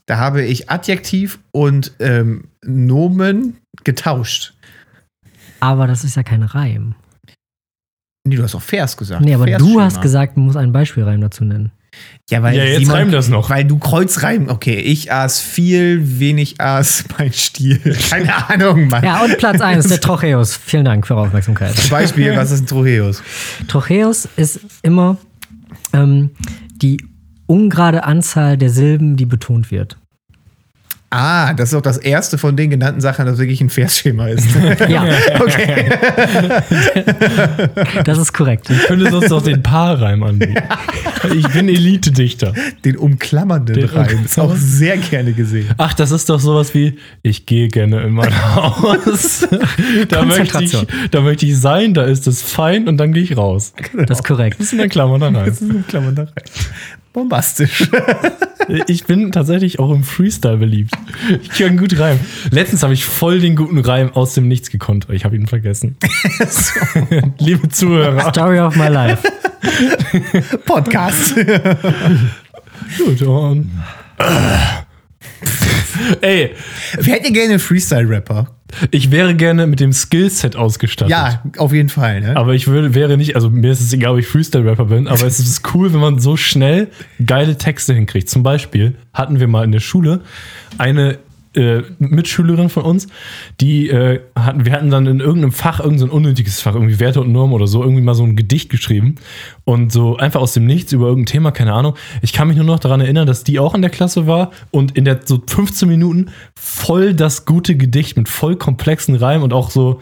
B: Da habe ich Adjektiv und ähm, Nomen getauscht.
C: Aber das ist ja kein Reim.
B: Nee, du hast auch Vers gesagt.
C: Nee, aber du
B: Versschema.
C: hast gesagt, man muss einen Beispielreim dazu nennen.
B: Ja, weil
A: Ja, jetzt
B: Simon-
A: reim das noch.
B: Weil du Kreuzreim. Okay, ich aß viel, wenig aß mein Stiel. Keine Ahnung, Mann.
C: Ja, und Platz 1, der Trocheus. Vielen Dank für eure Aufmerksamkeit.
B: Zum Beispiel, was ist ein Trocheus?
C: Trocheus ist immer ähm, die ungerade Anzahl der Silben, die betont wird.
B: Ah, das ist auch das erste von den genannten Sachen, das wirklich ein Versschema ist.
C: Ja,
B: okay.
C: das ist korrekt.
A: Ich könnte sonst noch den Paarreim anbieten. Ich bin Elite-Dichter.
B: Den umklammernden
A: Den
B: Reim ist auch sehr gerne gesehen.
A: Ach, das ist doch sowas wie, ich gehe gerne in mein Haus. Da möchte, ich,
C: Konzentration.
A: da möchte ich sein, da ist es fein und dann gehe ich raus.
C: Das ist korrekt.
A: Das ist in der Klammer dann rein.
B: ist ein umklammernder Reim. Bombastisch.
A: Ich bin tatsächlich auch im Freestyle beliebt. Ich kann gut reimen. Letztens habe ich voll den guten Reim aus dem Nichts gekonnt. Ich habe ihn vergessen. Liebe Zuhörer.
C: Story of my life.
B: Podcast.
A: Gut, und Ey,
B: Wärt ihr gerne Freestyle-Rapper?
A: ich wäre gerne mit dem Skillset ausgestattet.
B: Ja, auf jeden Fall. Ne?
A: Aber ich würde, wäre nicht, also mir ist es egal, ob ich Freestyle-Rapper bin, aber es ist cool, wenn man so schnell geile Texte hinkriegt. Zum Beispiel hatten wir mal in der Schule eine äh, Mitschülerin von uns, die äh, hatten, wir hatten dann in irgendeinem Fach, irgendein so ein unnötiges Fach, irgendwie Werte und Normen oder so, irgendwie mal so ein Gedicht geschrieben und so einfach aus dem Nichts über irgendein Thema, keine Ahnung. Ich kann mich nur noch daran erinnern, dass die auch in der Klasse war und in der so 15 Minuten voll das gute Gedicht mit voll komplexen Reimen und auch so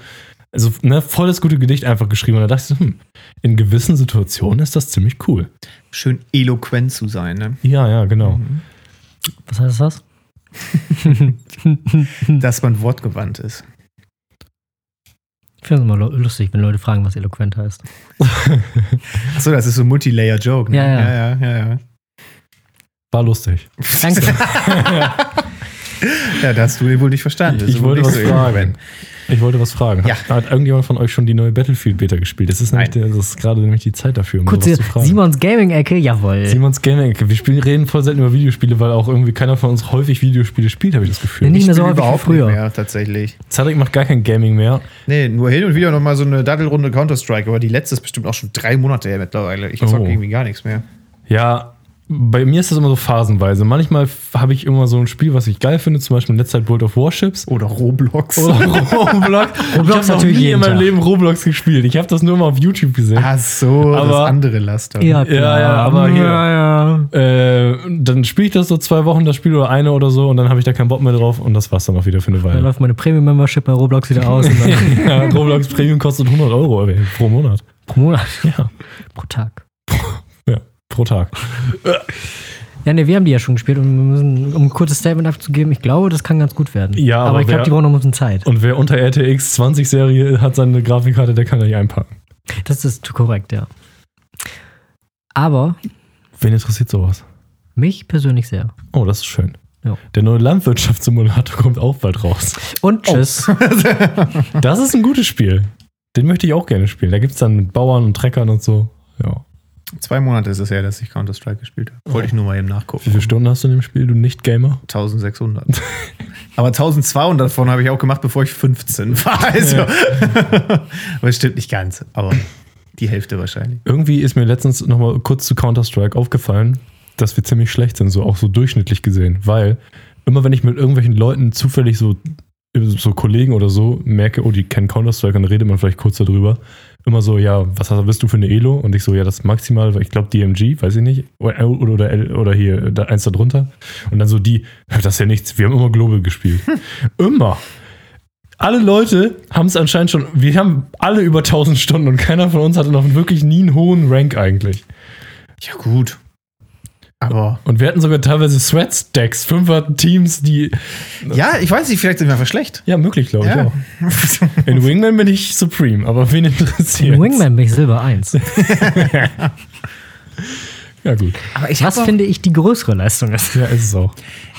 A: also ne, voll das gute Gedicht einfach geschrieben. Und da dachte ich, so, hm, in gewissen Situationen ist das ziemlich cool.
B: Schön eloquent zu sein. Ne?
A: Ja, ja, genau.
C: Was heißt das?
B: Dass man wortgewandt ist.
C: Ich finde es immer lu- lustig, wenn Leute fragen, was eloquent heißt.
B: Achso, das ist so ein Multilayer-Joke. Ne?
C: Ja, ja.
B: ja, ja, ja, ja.
A: War lustig.
C: Danke.
B: Ja, da hast du ihn wohl nicht verstanden. Das
A: Ich
B: ist wohl
A: wollte
B: nicht
A: was
B: so
A: fragen. Ich wollte was fragen.
B: Ja.
A: Hat, hat irgendjemand von euch schon die neue Battlefield Beta gespielt? Das ist, nämlich,
B: Nein.
A: der- das ist gerade nämlich die Zeit dafür, um
C: Kurz äh,
A: sowas
C: hier,
A: zu fragen.
C: Simons Gaming-Ecke, jawohl.
A: Simons Gaming. Ecke. Wir spielen, reden voll selten über Videospiele, weil auch irgendwie keiner von uns häufig Videospiele spielt, habe ich das Gefühl.
C: Nee,
B: Ich
C: Nicht mehr so
B: spiele
C: häufig wie
B: überhaupt
C: früher.
B: nicht mehr, tatsächlich.
A: Cedric macht gar kein Gaming mehr.
B: Nee, nur hin und wieder nochmal so eine Dattelrunde Counter-Strike, aber die letzte ist bestimmt auch schon drei Monate her mittlerweile. Ich zocke
A: Oh.
B: irgendwie gar nichts mehr.
A: Ja, bei mir ist das immer so phasenweise. Manchmal f- habe ich immer so ein Spiel, was ich geil finde, zum Beispiel in letzter Zeit World of Warships.
B: Oder Roblox.
A: Oder Roblox. ich habe noch
C: natürlich
A: nie in
C: jeden
A: meinem
C: Tag.
A: Leben Roblox gespielt. Ich habe das nur immer auf YouTube gesehen.
B: Ach so,
A: Aber-
B: das andere Laster.
A: Ja, ja, aber hier-
C: Ja, ja.
A: Äh, dann spiele ich das so zwei Wochen, das Spiel oder eine oder so, und dann habe ich da keinen Bock mehr drauf und das war's dann auch wieder für eine
C: Dann
A: Weile.
C: läuft meine Premium-Membership bei Roblox wieder aus. Und dann
A: ja, Roblox Premium kostet 100 Euro ey, pro Monat.
C: pro Monat,
A: Ja,
C: pro Tag.
A: ja pro Tag.
C: Ja, ne, wir haben die ja schon gespielt und wir müssen, um ein kurzes Statement abzugeben, ich glaube, das kann ganz gut werden.
A: Ja,
C: aber,
A: aber
C: ich glaube,
A: wer-
C: die brauchen noch ein bisschen Zeit.
A: Und wer unter RTX 20 Serie hat seine Grafikkarte, der kann da nicht einpacken.
C: Das ist korrekt, ja. Aber
A: Wen interessiert sowas?
C: mich persönlich sehr.
A: Oh, das ist schön.
C: Ja.
A: Der neue Landwirtschaftssimulator kommt auch bald raus.
C: Und tschüss.
A: Das ist ein gutes Spiel. Den möchte ich auch gerne spielen. Da gibt es dann mit Bauern und Treckern und so. Ja.
B: Zwei Monate ist es her, dass ich Counter-Strike gespielt habe. Wollte ich nur mal eben
A: Wie
B: nachgucken.
A: viele Stunden hast du in dem Spiel, du Nicht-Gamer?
B: 1600. Aber 1200 davon habe ich auch gemacht, bevor ich 15 war. Also. aber es stimmt nicht ganz. Aber die Hälfte wahrscheinlich.
A: Irgendwie ist mir letztens nochmal kurz zu Counter-Strike aufgefallen, dass wir ziemlich schlecht sind, so auch so durchschnittlich gesehen. Weil immer wenn ich mit irgendwelchen Leuten zufällig so, so Kollegen oder so merke, oh, die kennen Counter-Strike, dann redet man vielleicht kurz darüber. Immer so, ja, was hast, bist du für eine Elo? Und ich so, ja, das ist maximal, weil ich glaube DMG, weiß ich nicht. Oder, oder, oder, L- oder hier, da, eins da drunter. Und dann so die, das ist ja nichts, wir haben immer Global gespielt. Immer alle Leute haben es anscheinend schon, wir haben alle über 1000 Stunden und keiner von uns hatte noch wirklich nie einen hohen Rank eigentlich.
B: Ja, gut. Aber.
A: Und wir hatten sogar teilweise Sweat-Stacks, Fünfer-Teams, die,
B: Ja, ich weiß nicht, vielleicht sind wir einfach schlecht.
A: ja, möglich, glaube ich auch. In Wingman bin ich Supreme, aber wen interessiert
C: In Wingman bin ich Silber 1.
A: Ja, gut.
B: aber ich
C: Was
B: habe
C: finde ich die größere Leistung ist.
A: Ja, ist es auch.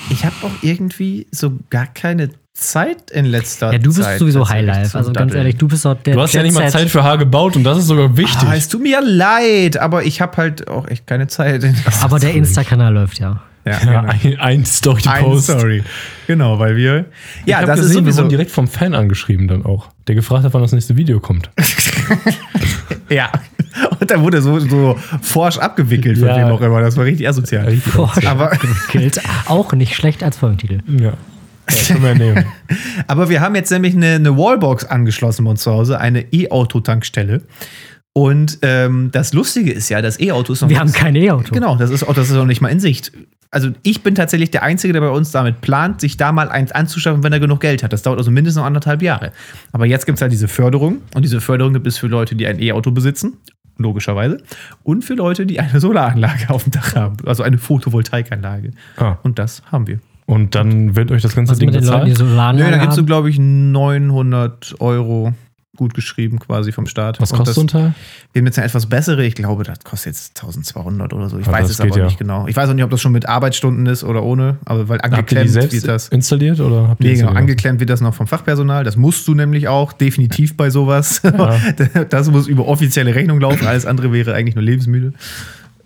B: Ich habe auch irgendwie so gar keine Zeit in letzter Zeit.
C: Ja, du bist sowieso
B: tatsächlich
C: Highlife.
B: zu
C: Also ganz
B: daddeln.
C: ehrlich, du bist dort der
A: Du hast ja nicht mal
C: Jet-Set.
A: Zeit für Haar gebaut und das ist sogar wichtig.
B: Ah, es tut mir leid, aber ich habe halt auch echt keine Zeit.
C: Aber der Insta-Kanal läuft ja.
B: ja,
A: ja, ein, ein Story-Post.
B: sorry. Genau, weil wir. Ja,
A: ich
B: das
A: das
B: ist
A: gesehen, wir
B: sowieso.
A: wurden direkt vom Fan angeschrieben dann auch, der gefragt hat, wann das nächste Video kommt.
B: ja. Und dann wurde so, so forsch abgewickelt von
A: Ja.
B: wem auch immer. Das war richtig asozial.
C: Boah,
B: Aber-
C: gilt auch nicht schlecht als Folgentitel.
A: Ja. ja können wir nehmen.
B: Aber wir haben jetzt nämlich eine, eine Wallbox angeschlossen bei uns zu Hause, eine E-Auto-Tankstelle. Und ähm, das Lustige ist ja, das E-Auto ist noch
C: Wir haben kein E-Auto.
B: Genau, das ist, auch, das ist auch nicht mal in Sicht. Also ich bin tatsächlich der Einzige, der bei uns damit plant, sich da mal eins anzuschaffen, wenn er genug Geld hat. Das dauert also mindestens noch anderthalb Jahre. Aber jetzt gibt es halt diese Förderung und diese Förderung gibt es für Leute, die ein E-Auto besitzen, logischerweise, und für Leute, die eine Solaranlage auf dem Dach haben, also eine Photovoltaikanlage.
A: Ah.
B: Und das haben wir.
A: Und dann wird euch das ganze
C: Was
A: Ding
C: mit den Leuten, die
A: bezahlt.
C: so Laden
B: Nö, da
C: haben.
B: gibst du, glaube ich, 900 Euro gut geschrieben quasi vom Staat.
A: Was
B: Und
A: kostet so ein
B: das,
A: Teil?
B: Wir haben jetzt eine etwas bessere, ich glaube, das kostet jetzt 1200 oder so. Ich
A: Ja,
B: weiß
A: das
B: es
A: geht
B: aber
A: ja.
B: nicht genau. Ich weiß auch nicht, ob das schon mit Arbeitsstunden ist oder ohne, aber weil
A: Habt ihr die
B: angeklemmt
A: selbst
B: wird das.
A: installiert oder habt ihr
B: Nee,
A: das selber
B: genau,
A: gemacht?
B: angeklemmt wird das noch vom Fachpersonal. Das musst du nämlich auch, definitiv bei sowas. Das muss über offizielle Rechnung laufen, alles andere wäre eigentlich nur lebensmüde.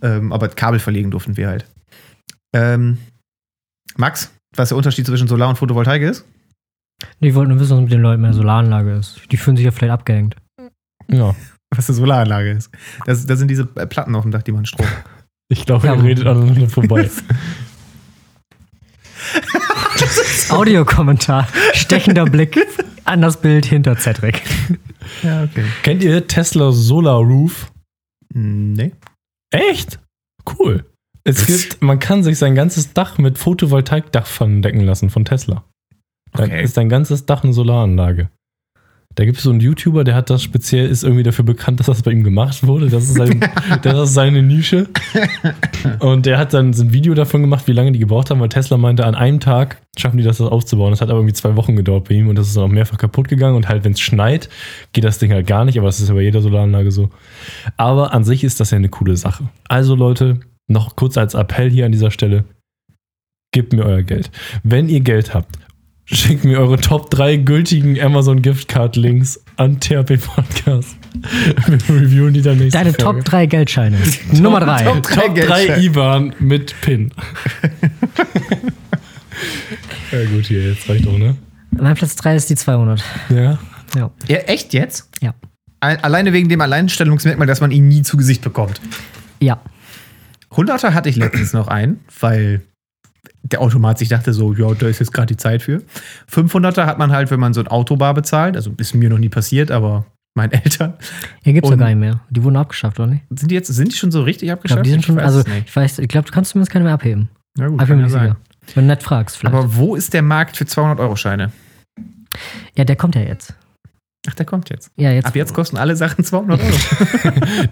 B: Ähm, aber Kabel verlegen durften wir halt. Ähm, Max, was der Unterschied zwischen Solar und Photovoltaik ist?
C: Ich wollte nur wissen, was mit den Leuten mit der Solaranlage ist. Die fühlen sich ja vielleicht abgehängt.
A: Ja.
B: was eine Solaranlage ist. Das, das sind diese äh, Platten auf dem Dach, die man Strom.
A: Ich glaube,
C: Ja,
A: ihr
C: aber-
A: redet aneinander vorbei.
C: Audiokommentar. Stechender Blick an das Bild hinter Cedric.
B: ja, okay.
A: Kennt ihr Tesla Solar Roof?
B: Nee.
A: Echt? Cool. Es
B: Das-
A: gibt, man kann sich sein ganzes Dach mit Photovoltaikdachpfannen decken lassen von Tesla. Dann
B: Okay.
A: ist dein ganzes Dach eine Solaranlage. Da gibt es so einen YouTuber, der hat das speziell, ist irgendwie dafür bekannt, dass das bei ihm gemacht wurde. Das ist, sein, das ist seine Nische. Und der hat dann so ein Video davon gemacht, wie lange die gebraucht haben, weil Tesla meinte, an einem Tag schaffen die das, das aufzubauen. Das hat aber irgendwie zwei Wochen gedauert bei ihm und das ist dann auch mehrfach kaputt gegangen. Und halt, wenn es schneit, geht das Ding halt gar nicht, aber das ist ja bei jeder Solaranlage so. Aber an sich ist das ja eine coole Sache. Also Leute, noch kurz als Appell hier an dieser Stelle. gebt mir euer Geld. Wenn ihr Geld habt, schickt mir eure Top 3 gültigen Amazon Giftcard Links an THP Podcast. Wir reviewen die dann nächste
C: Deine
A: Folge.
C: Top 3 Geldscheine. Nummer 3.
B: Top drei
A: Top 3
B: Geldscheine.
A: IBAN mit PIN. ja gut, hier, jetzt reicht auch, ne?
C: Mein Platz 3 ist die 200.
A: Ja.
C: Ja.
B: Ja, echt jetzt?
C: Ja.
B: Ein- Alleine wegen dem Alleinstellungsmerkmal, dass man ihn nie zu Gesicht bekommt.
C: Ja.
B: 100er hatte ich letztens noch einen, weil der Automat sich dachte so, ja, da ist jetzt gerade die Zeit für. 500er hat man halt, wenn man so ein Autobar bezahlt. Also ist mir noch nie passiert, aber meinen Eltern.
C: Hier gibt es ja
B: Und-
C: gar nicht mehr. Die wurden abgeschafft, oder nicht?
B: Sind die jetzt, sind die schon so richtig
C: Ich glaube,
B: abgeschafft?
C: die sind schon.
B: weiß
C: Also,
B: es nicht.
C: ich weiß, ich glaube, du kannst zumindest keine mehr abheben.
B: Na gut,
C: Aber ich bin
B: kann
C: mir
B: ja
C: nicht
B: sein.
C: sicher. Wenn du nicht fragst, vielleicht.
B: Aber wo ist der Markt für 200-Euro-Scheine?
C: ja, der kommt ja jetzt.
B: Ach, der kommt jetzt.
C: Ja, jetzt.
B: Ab jetzt kosten alle Sachen 200 Euro.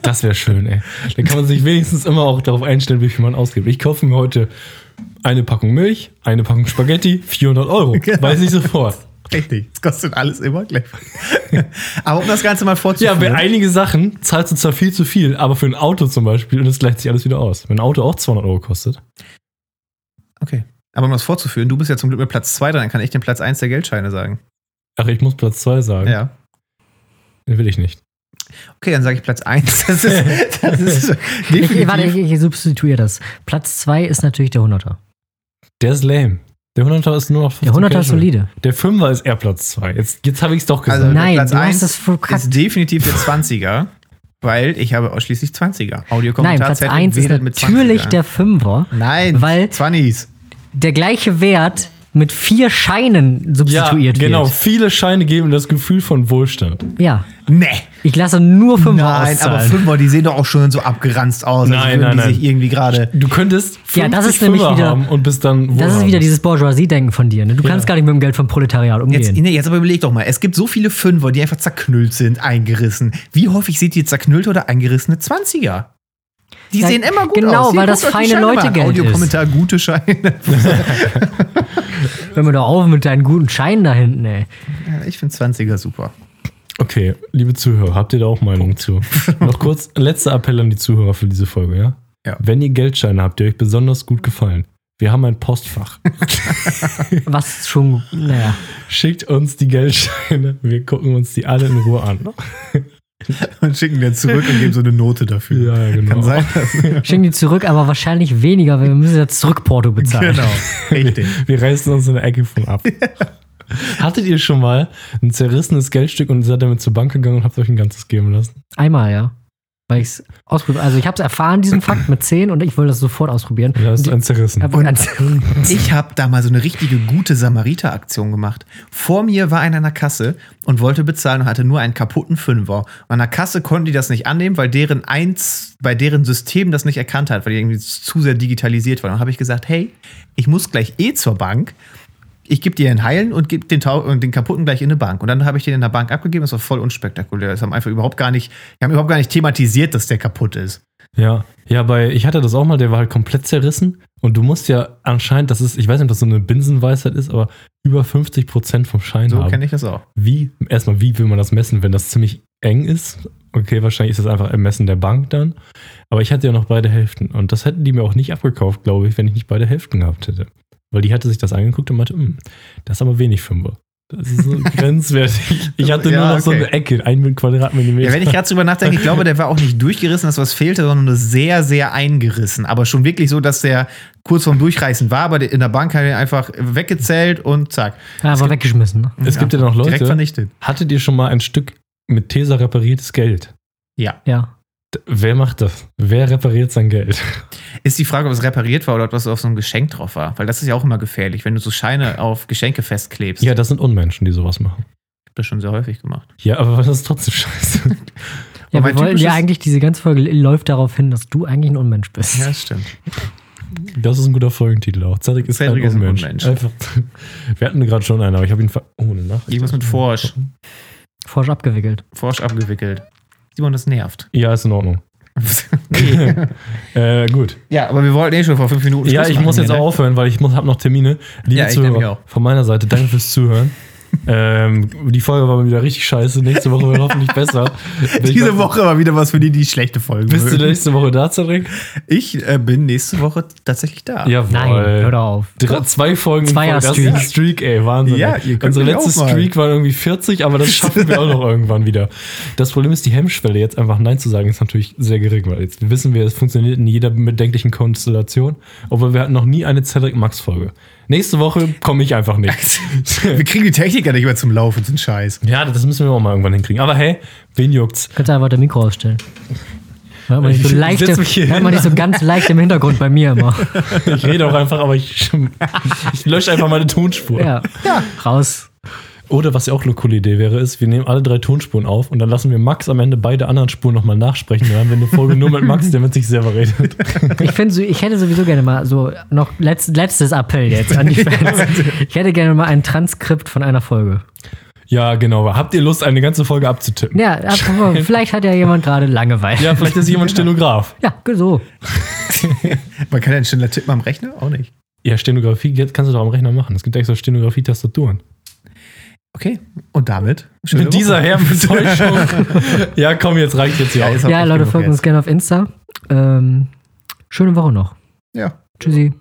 A: Das wäre schön, ey. Dann kann man sich wenigstens immer auch darauf einstellen, wie viel man ausgibt. Ich kaufe mir heute eine Packung Milch, eine Packung Spaghetti, 400 Euro.
B: Genau.
A: Weiß ich sofort.
B: Richtig, es kostet alles immer gleich. Aber um das Ganze mal
A: Ja,
B: vorzuführen.
A: bei einige Sachen zahlst du zwar viel zu viel, aber für ein Auto zum Beispiel, und es gleicht sich alles wieder aus. Wenn ein Auto auch 200 Euro kostet.
B: okay. Aber um das vorzuführen, du bist ja zum Glück mit Platz 2 dran, dann kann ich den Platz 1 der Geldscheine sagen.
A: Ach, ich muss Platz 2 sagen.
B: Ja.
A: Den will ich nicht.
B: Okay, dann sage ich Platz 1. Das ist, das ist
C: Ich,
B: definitiv.
C: ich, warte, ich, ich substituiere das. Platz 2 ist natürlich der 100er.
A: Der ist lame. Der 100er ist nur noch
C: Der
A: 15
C: 100er ist
A: Casual.
C: solide.
A: Der 5er ist eher Platz 2. Jetzt, jetzt habe ich es doch gesagt.
B: Also,
C: Nein,
B: Platz
C: du
B: eins
C: hast das verkackt.
B: ist definitiv der 20er, weil ich habe ausschließlich 20er.
C: Nein, Platz
B: Audiokommentarzettel
C: 1 ist
B: wedelt mit
C: natürlich
B: 20er.
C: der 5er.
B: Nein,
C: weil-
B: 20s.
C: Der gleiche Wert mit vier Scheinen
A: ja,
C: substituiert
A: genau.
C: wird.
A: Viele Scheine geben das Gefühl von Wohlstand.
C: Ja.
B: Nee.
C: Ich lasse nur 5er
B: Nein,
C: auszahlen.
B: aber Fünfer, die sehen doch auch schon so abgeranzt aus.
A: Nein,
B: würden
A: nein,
B: die
A: nein.
B: sich irgendwie gerade.
A: Du könntest 50
C: Ja, das ist nämlich
A: Fünfer
C: wieder-
A: haben und bist dann
C: Das ist
A: wohlhabend.
C: wieder dieses Bourgeoisie-Denken von dir. Ne? Du kannst gar nicht mit dem Geld vom Proletariat umgehen.
B: Jetzt, nee, jetzt aber überleg doch mal. Es gibt so viele Fünfer, die einfach zerknüllt sind, eingerissen. Wie häufig seht ihr zerknüllte oder eingerissene 20er? Die
C: Ja,
B: sehen immer gut
C: genau,
B: aus. Hier,
C: weil
B: guckt
C: das
B: euch die
C: feine
B: Scheine mal an.
C: Leutegeld ist.
B: Audiokommentar, gute Scheine.
C: Hör mir doch auf mit deinen guten Scheinen da hinten, ey.
B: Ja, ich finde 20er super.
A: Okay, liebe Zuhörer, habt ihr da auch Meinung zu? Noch kurz ein letzter Appell an die Zuhörer für diese Folge, ja?
B: Ja.
A: Wenn ihr Geldscheine habt, die euch besonders gut gefallen, wir haben ein Postfach.
C: Was schon, naja.
A: Schickt uns die Geldscheine, wir gucken uns die alle in Ruhe an.
B: Und schicken den zurück und geben so eine Note dafür.
A: Ja, ja, genau.
B: Kann sein, dass,
C: Schicken die zurück, aber wahrscheinlich weniger, weil wir müssen jetzt Zurückporto bezahlen.
B: genau. Richtig.
A: Wir reißen uns eine Ecke von ab. Hattet ihr schon mal ein zerrissenes Geldstück und seid damit zur Bank gegangen und habt euch ein ganzes geben lassen?
C: Einmal, ja. Weil ich's ausprobiert Also ich hab's erfahren, diesen Fakt mit 10 und ich wollte das sofort ausprobieren.
A: Ja, ist ein zerrissen.
C: Aber ganz-
B: Ich habe da mal so eine richtige gute Samariter-Aktion gemacht. Vor mir war einer an der Kasse und wollte bezahlen und hatte nur einen kaputten Fünfer. Und an der Kasse konnten die das nicht annehmen, weil deren eins, bei deren System das nicht erkannt hat, weil die irgendwie zu sehr digitalisiert waren. Dann habe ich gesagt, hey, ich muss gleich eh zur Bank. Ich gebe dir den heilen und gebe den, tau- und den kaputten gleich in eine Bank. Und dann habe ich den in der Bank abgegeben. Das war voll unspektakulär. Das haben einfach überhaupt gar nicht, die haben überhaupt gar nicht thematisiert, dass der kaputt ist.
A: Ja, ja, bei, ich hatte das auch mal, der war halt komplett zerrissen und du musst ja anscheinend, das ist, ich weiß nicht, ob das so eine Binsenweisheit ist, aber über 50% vom Schein
B: So
A: haben.
B: kenne ich das auch.
A: Wie, erstmal, wie will man das messen, wenn das ziemlich eng ist? Okay, wahrscheinlich ist das einfach Ermessen der Bank dann. Aber ich hatte ja noch beide Hälften. Und das hätten die mir auch nicht abgekauft, glaube ich, wenn ich nicht beide Hälften gehabt hätte. Weil die hatte sich das angeguckt und meinte, "Hm, das ist aber wenig Fünfer. Das ist so grenzwertig. Ich hatte
B: Ja,
A: nur noch so
B: okay.
A: eine Ecke, ein Quadratmillimeter.
B: Ja, wenn ich gerade drüber nachdenke, ich glaube, der war auch nicht durchgerissen, dass was fehlte, sondern nur sehr, sehr eingerissen. Aber schon wirklich so, dass der kurz vorm Durchreißen war, aber in der Bank hat er ihn einfach weggezählt und zack.
C: ja, war weggeschmissen. Ne?
A: es gibt ja noch
B: Direkt
A: Leute,
B: vernichtet.
A: hattet ihr schon mal ein Stück mit Tesa repariertes Geld?
B: Ja.
C: Ja.
A: D- Wer macht das? Wer repariert sein Geld?
B: Ist die Frage, ob es repariert war oder ob das auf so einem Geschenk drauf war. Weil das ist ja auch immer gefährlich, wenn du so Scheine auf Geschenke festklebst.
A: Ja, das sind Unmenschen, die sowas machen.
B: Ich hab das schon sehr häufig gemacht.
A: Ja, aber das ist trotzdem scheiße.
C: Ja,
B: Aber
C: wir
B: mein
C: wollen ja
B: typisches-
C: eigentlich, diese ganze Folge läuft darauf hin, dass du eigentlich ein Unmensch bist.
B: Ja, das stimmt.
A: Das ist ein guter Folgentitel auch. Cedric ist
B: Cedric
A: ein
B: ist ein
A: Unmensch.
B: Unmensch.
A: Einfach. Wir hatten gerade schon einen, aber ich habe ihn ver... Oh, eine Nachricht.
B: Irgendwas mit Forsch.
C: Forsch abgewickelt.
B: Forsch abgewickelt. Simon, das nervt.
A: Ja, ist in Ordnung.
B: nee.
A: Äh, gut.
B: Ja, aber wir wollten eh schon vor fünf Minuten.
A: Ja,
B: Schluss
A: ich
B: machen
A: muss
B: hier,
A: jetzt
B: ne?
A: auch aufhören, weil ich muss, habe noch Termine. Liebe
B: Ja, ich
A: Zuhörer,
B: nämlich auch.
A: von meiner Seite, danke fürs Zuhören. ähm, die Folge war mal wieder richtig scheiße. Nächste Woche wird hoffentlich besser. Bin ich
B: Diese
A: mal-
B: Woche war wieder was für die, die schlechte Folgen
A: Bist du
B: mögen.
A: nächste Woche da, Cedric?
B: Ich äh, bin nächste Woche tatsächlich da.
A: Jawohl.
C: Nein, hör doch auf.
A: Drei, zwei Folgen in
C: Zweier
A: Folge. Das ist
C: Streak.
A: ein Streak, ey, Wahnsinn.
B: Ja,
A: ey.
B: ihr könnt
A: Unsere
B: mich
A: letzte
B: auch mal.
A: Streak war irgendwie 40, aber das schaffen wir auch noch irgendwann wieder. Das Problem ist, die Hemmschwelle, jetzt einfach Nein zu sagen, ist natürlich sehr gering, weil jetzt wissen wir, es funktioniert in jeder bedenklichen Konstellation, obwohl wir hatten noch nie eine Cedric-Max-Folge. Nächste Woche komme ich einfach nicht.
B: Wir kriegen die Techniker nicht mehr zum Laufen, sind scheiß.
A: ja, das müssen wir auch mal irgendwann hinkriegen. Aber hey, wen juckt's?
C: Könntest du einfach dein Mikro ausstellen. Hört man nicht so,
A: Ich
C: leicht,
A: setz mich hier
C: hört man
A: hin.
C: nicht so ganz leicht im Hintergrund bei mir immer.
A: Ich rede auch einfach, aber ich, ich lösche einfach meine Tonspur.
C: Ja. Raus.
A: Oder was ja auch eine coole Idee wäre, ist, wir nehmen alle drei Tonspuren auf und dann lassen wir Max am Ende beide anderen Spuren nochmal nachsprechen. Dann haben wir eine Folge nur mit Max, der mit sich selber redet.
C: Ich, find, so- ich hätte sowieso gerne mal so noch letz, letztes Appell jetzt an die Fans. Ich hätte gerne mal ein Transkript von einer Folge.
A: Ja, genau. aber Habt ihr Lust, eine ganze Folge abzutippen?
C: Ja, apropos, vielleicht hat ja jemand gerade Langeweile.
A: Ja, vielleicht ist jemand Stenograf.
C: Ja, so.
B: Man kann ja einen schneller tippen am Rechner? Auch nicht.
A: Ja, Stenografie geht- kannst du doch am Rechner machen. Es gibt extra Stenografie-Tastaturen.
B: Okay, und damit? schöne
A: Mit
B: Woche.
A: dieser herben Täuschung. ja, komm, jetzt reicht jetzt hier
B: Ja,
A: aus.
B: ist auch
C: Ja,
B: echt
C: Leute,
B: genug
C: folgt
B: jetzt.
C: uns gerne auf Insta. Ähm, schöne Woche noch.
B: Ja.
C: Tschüssi.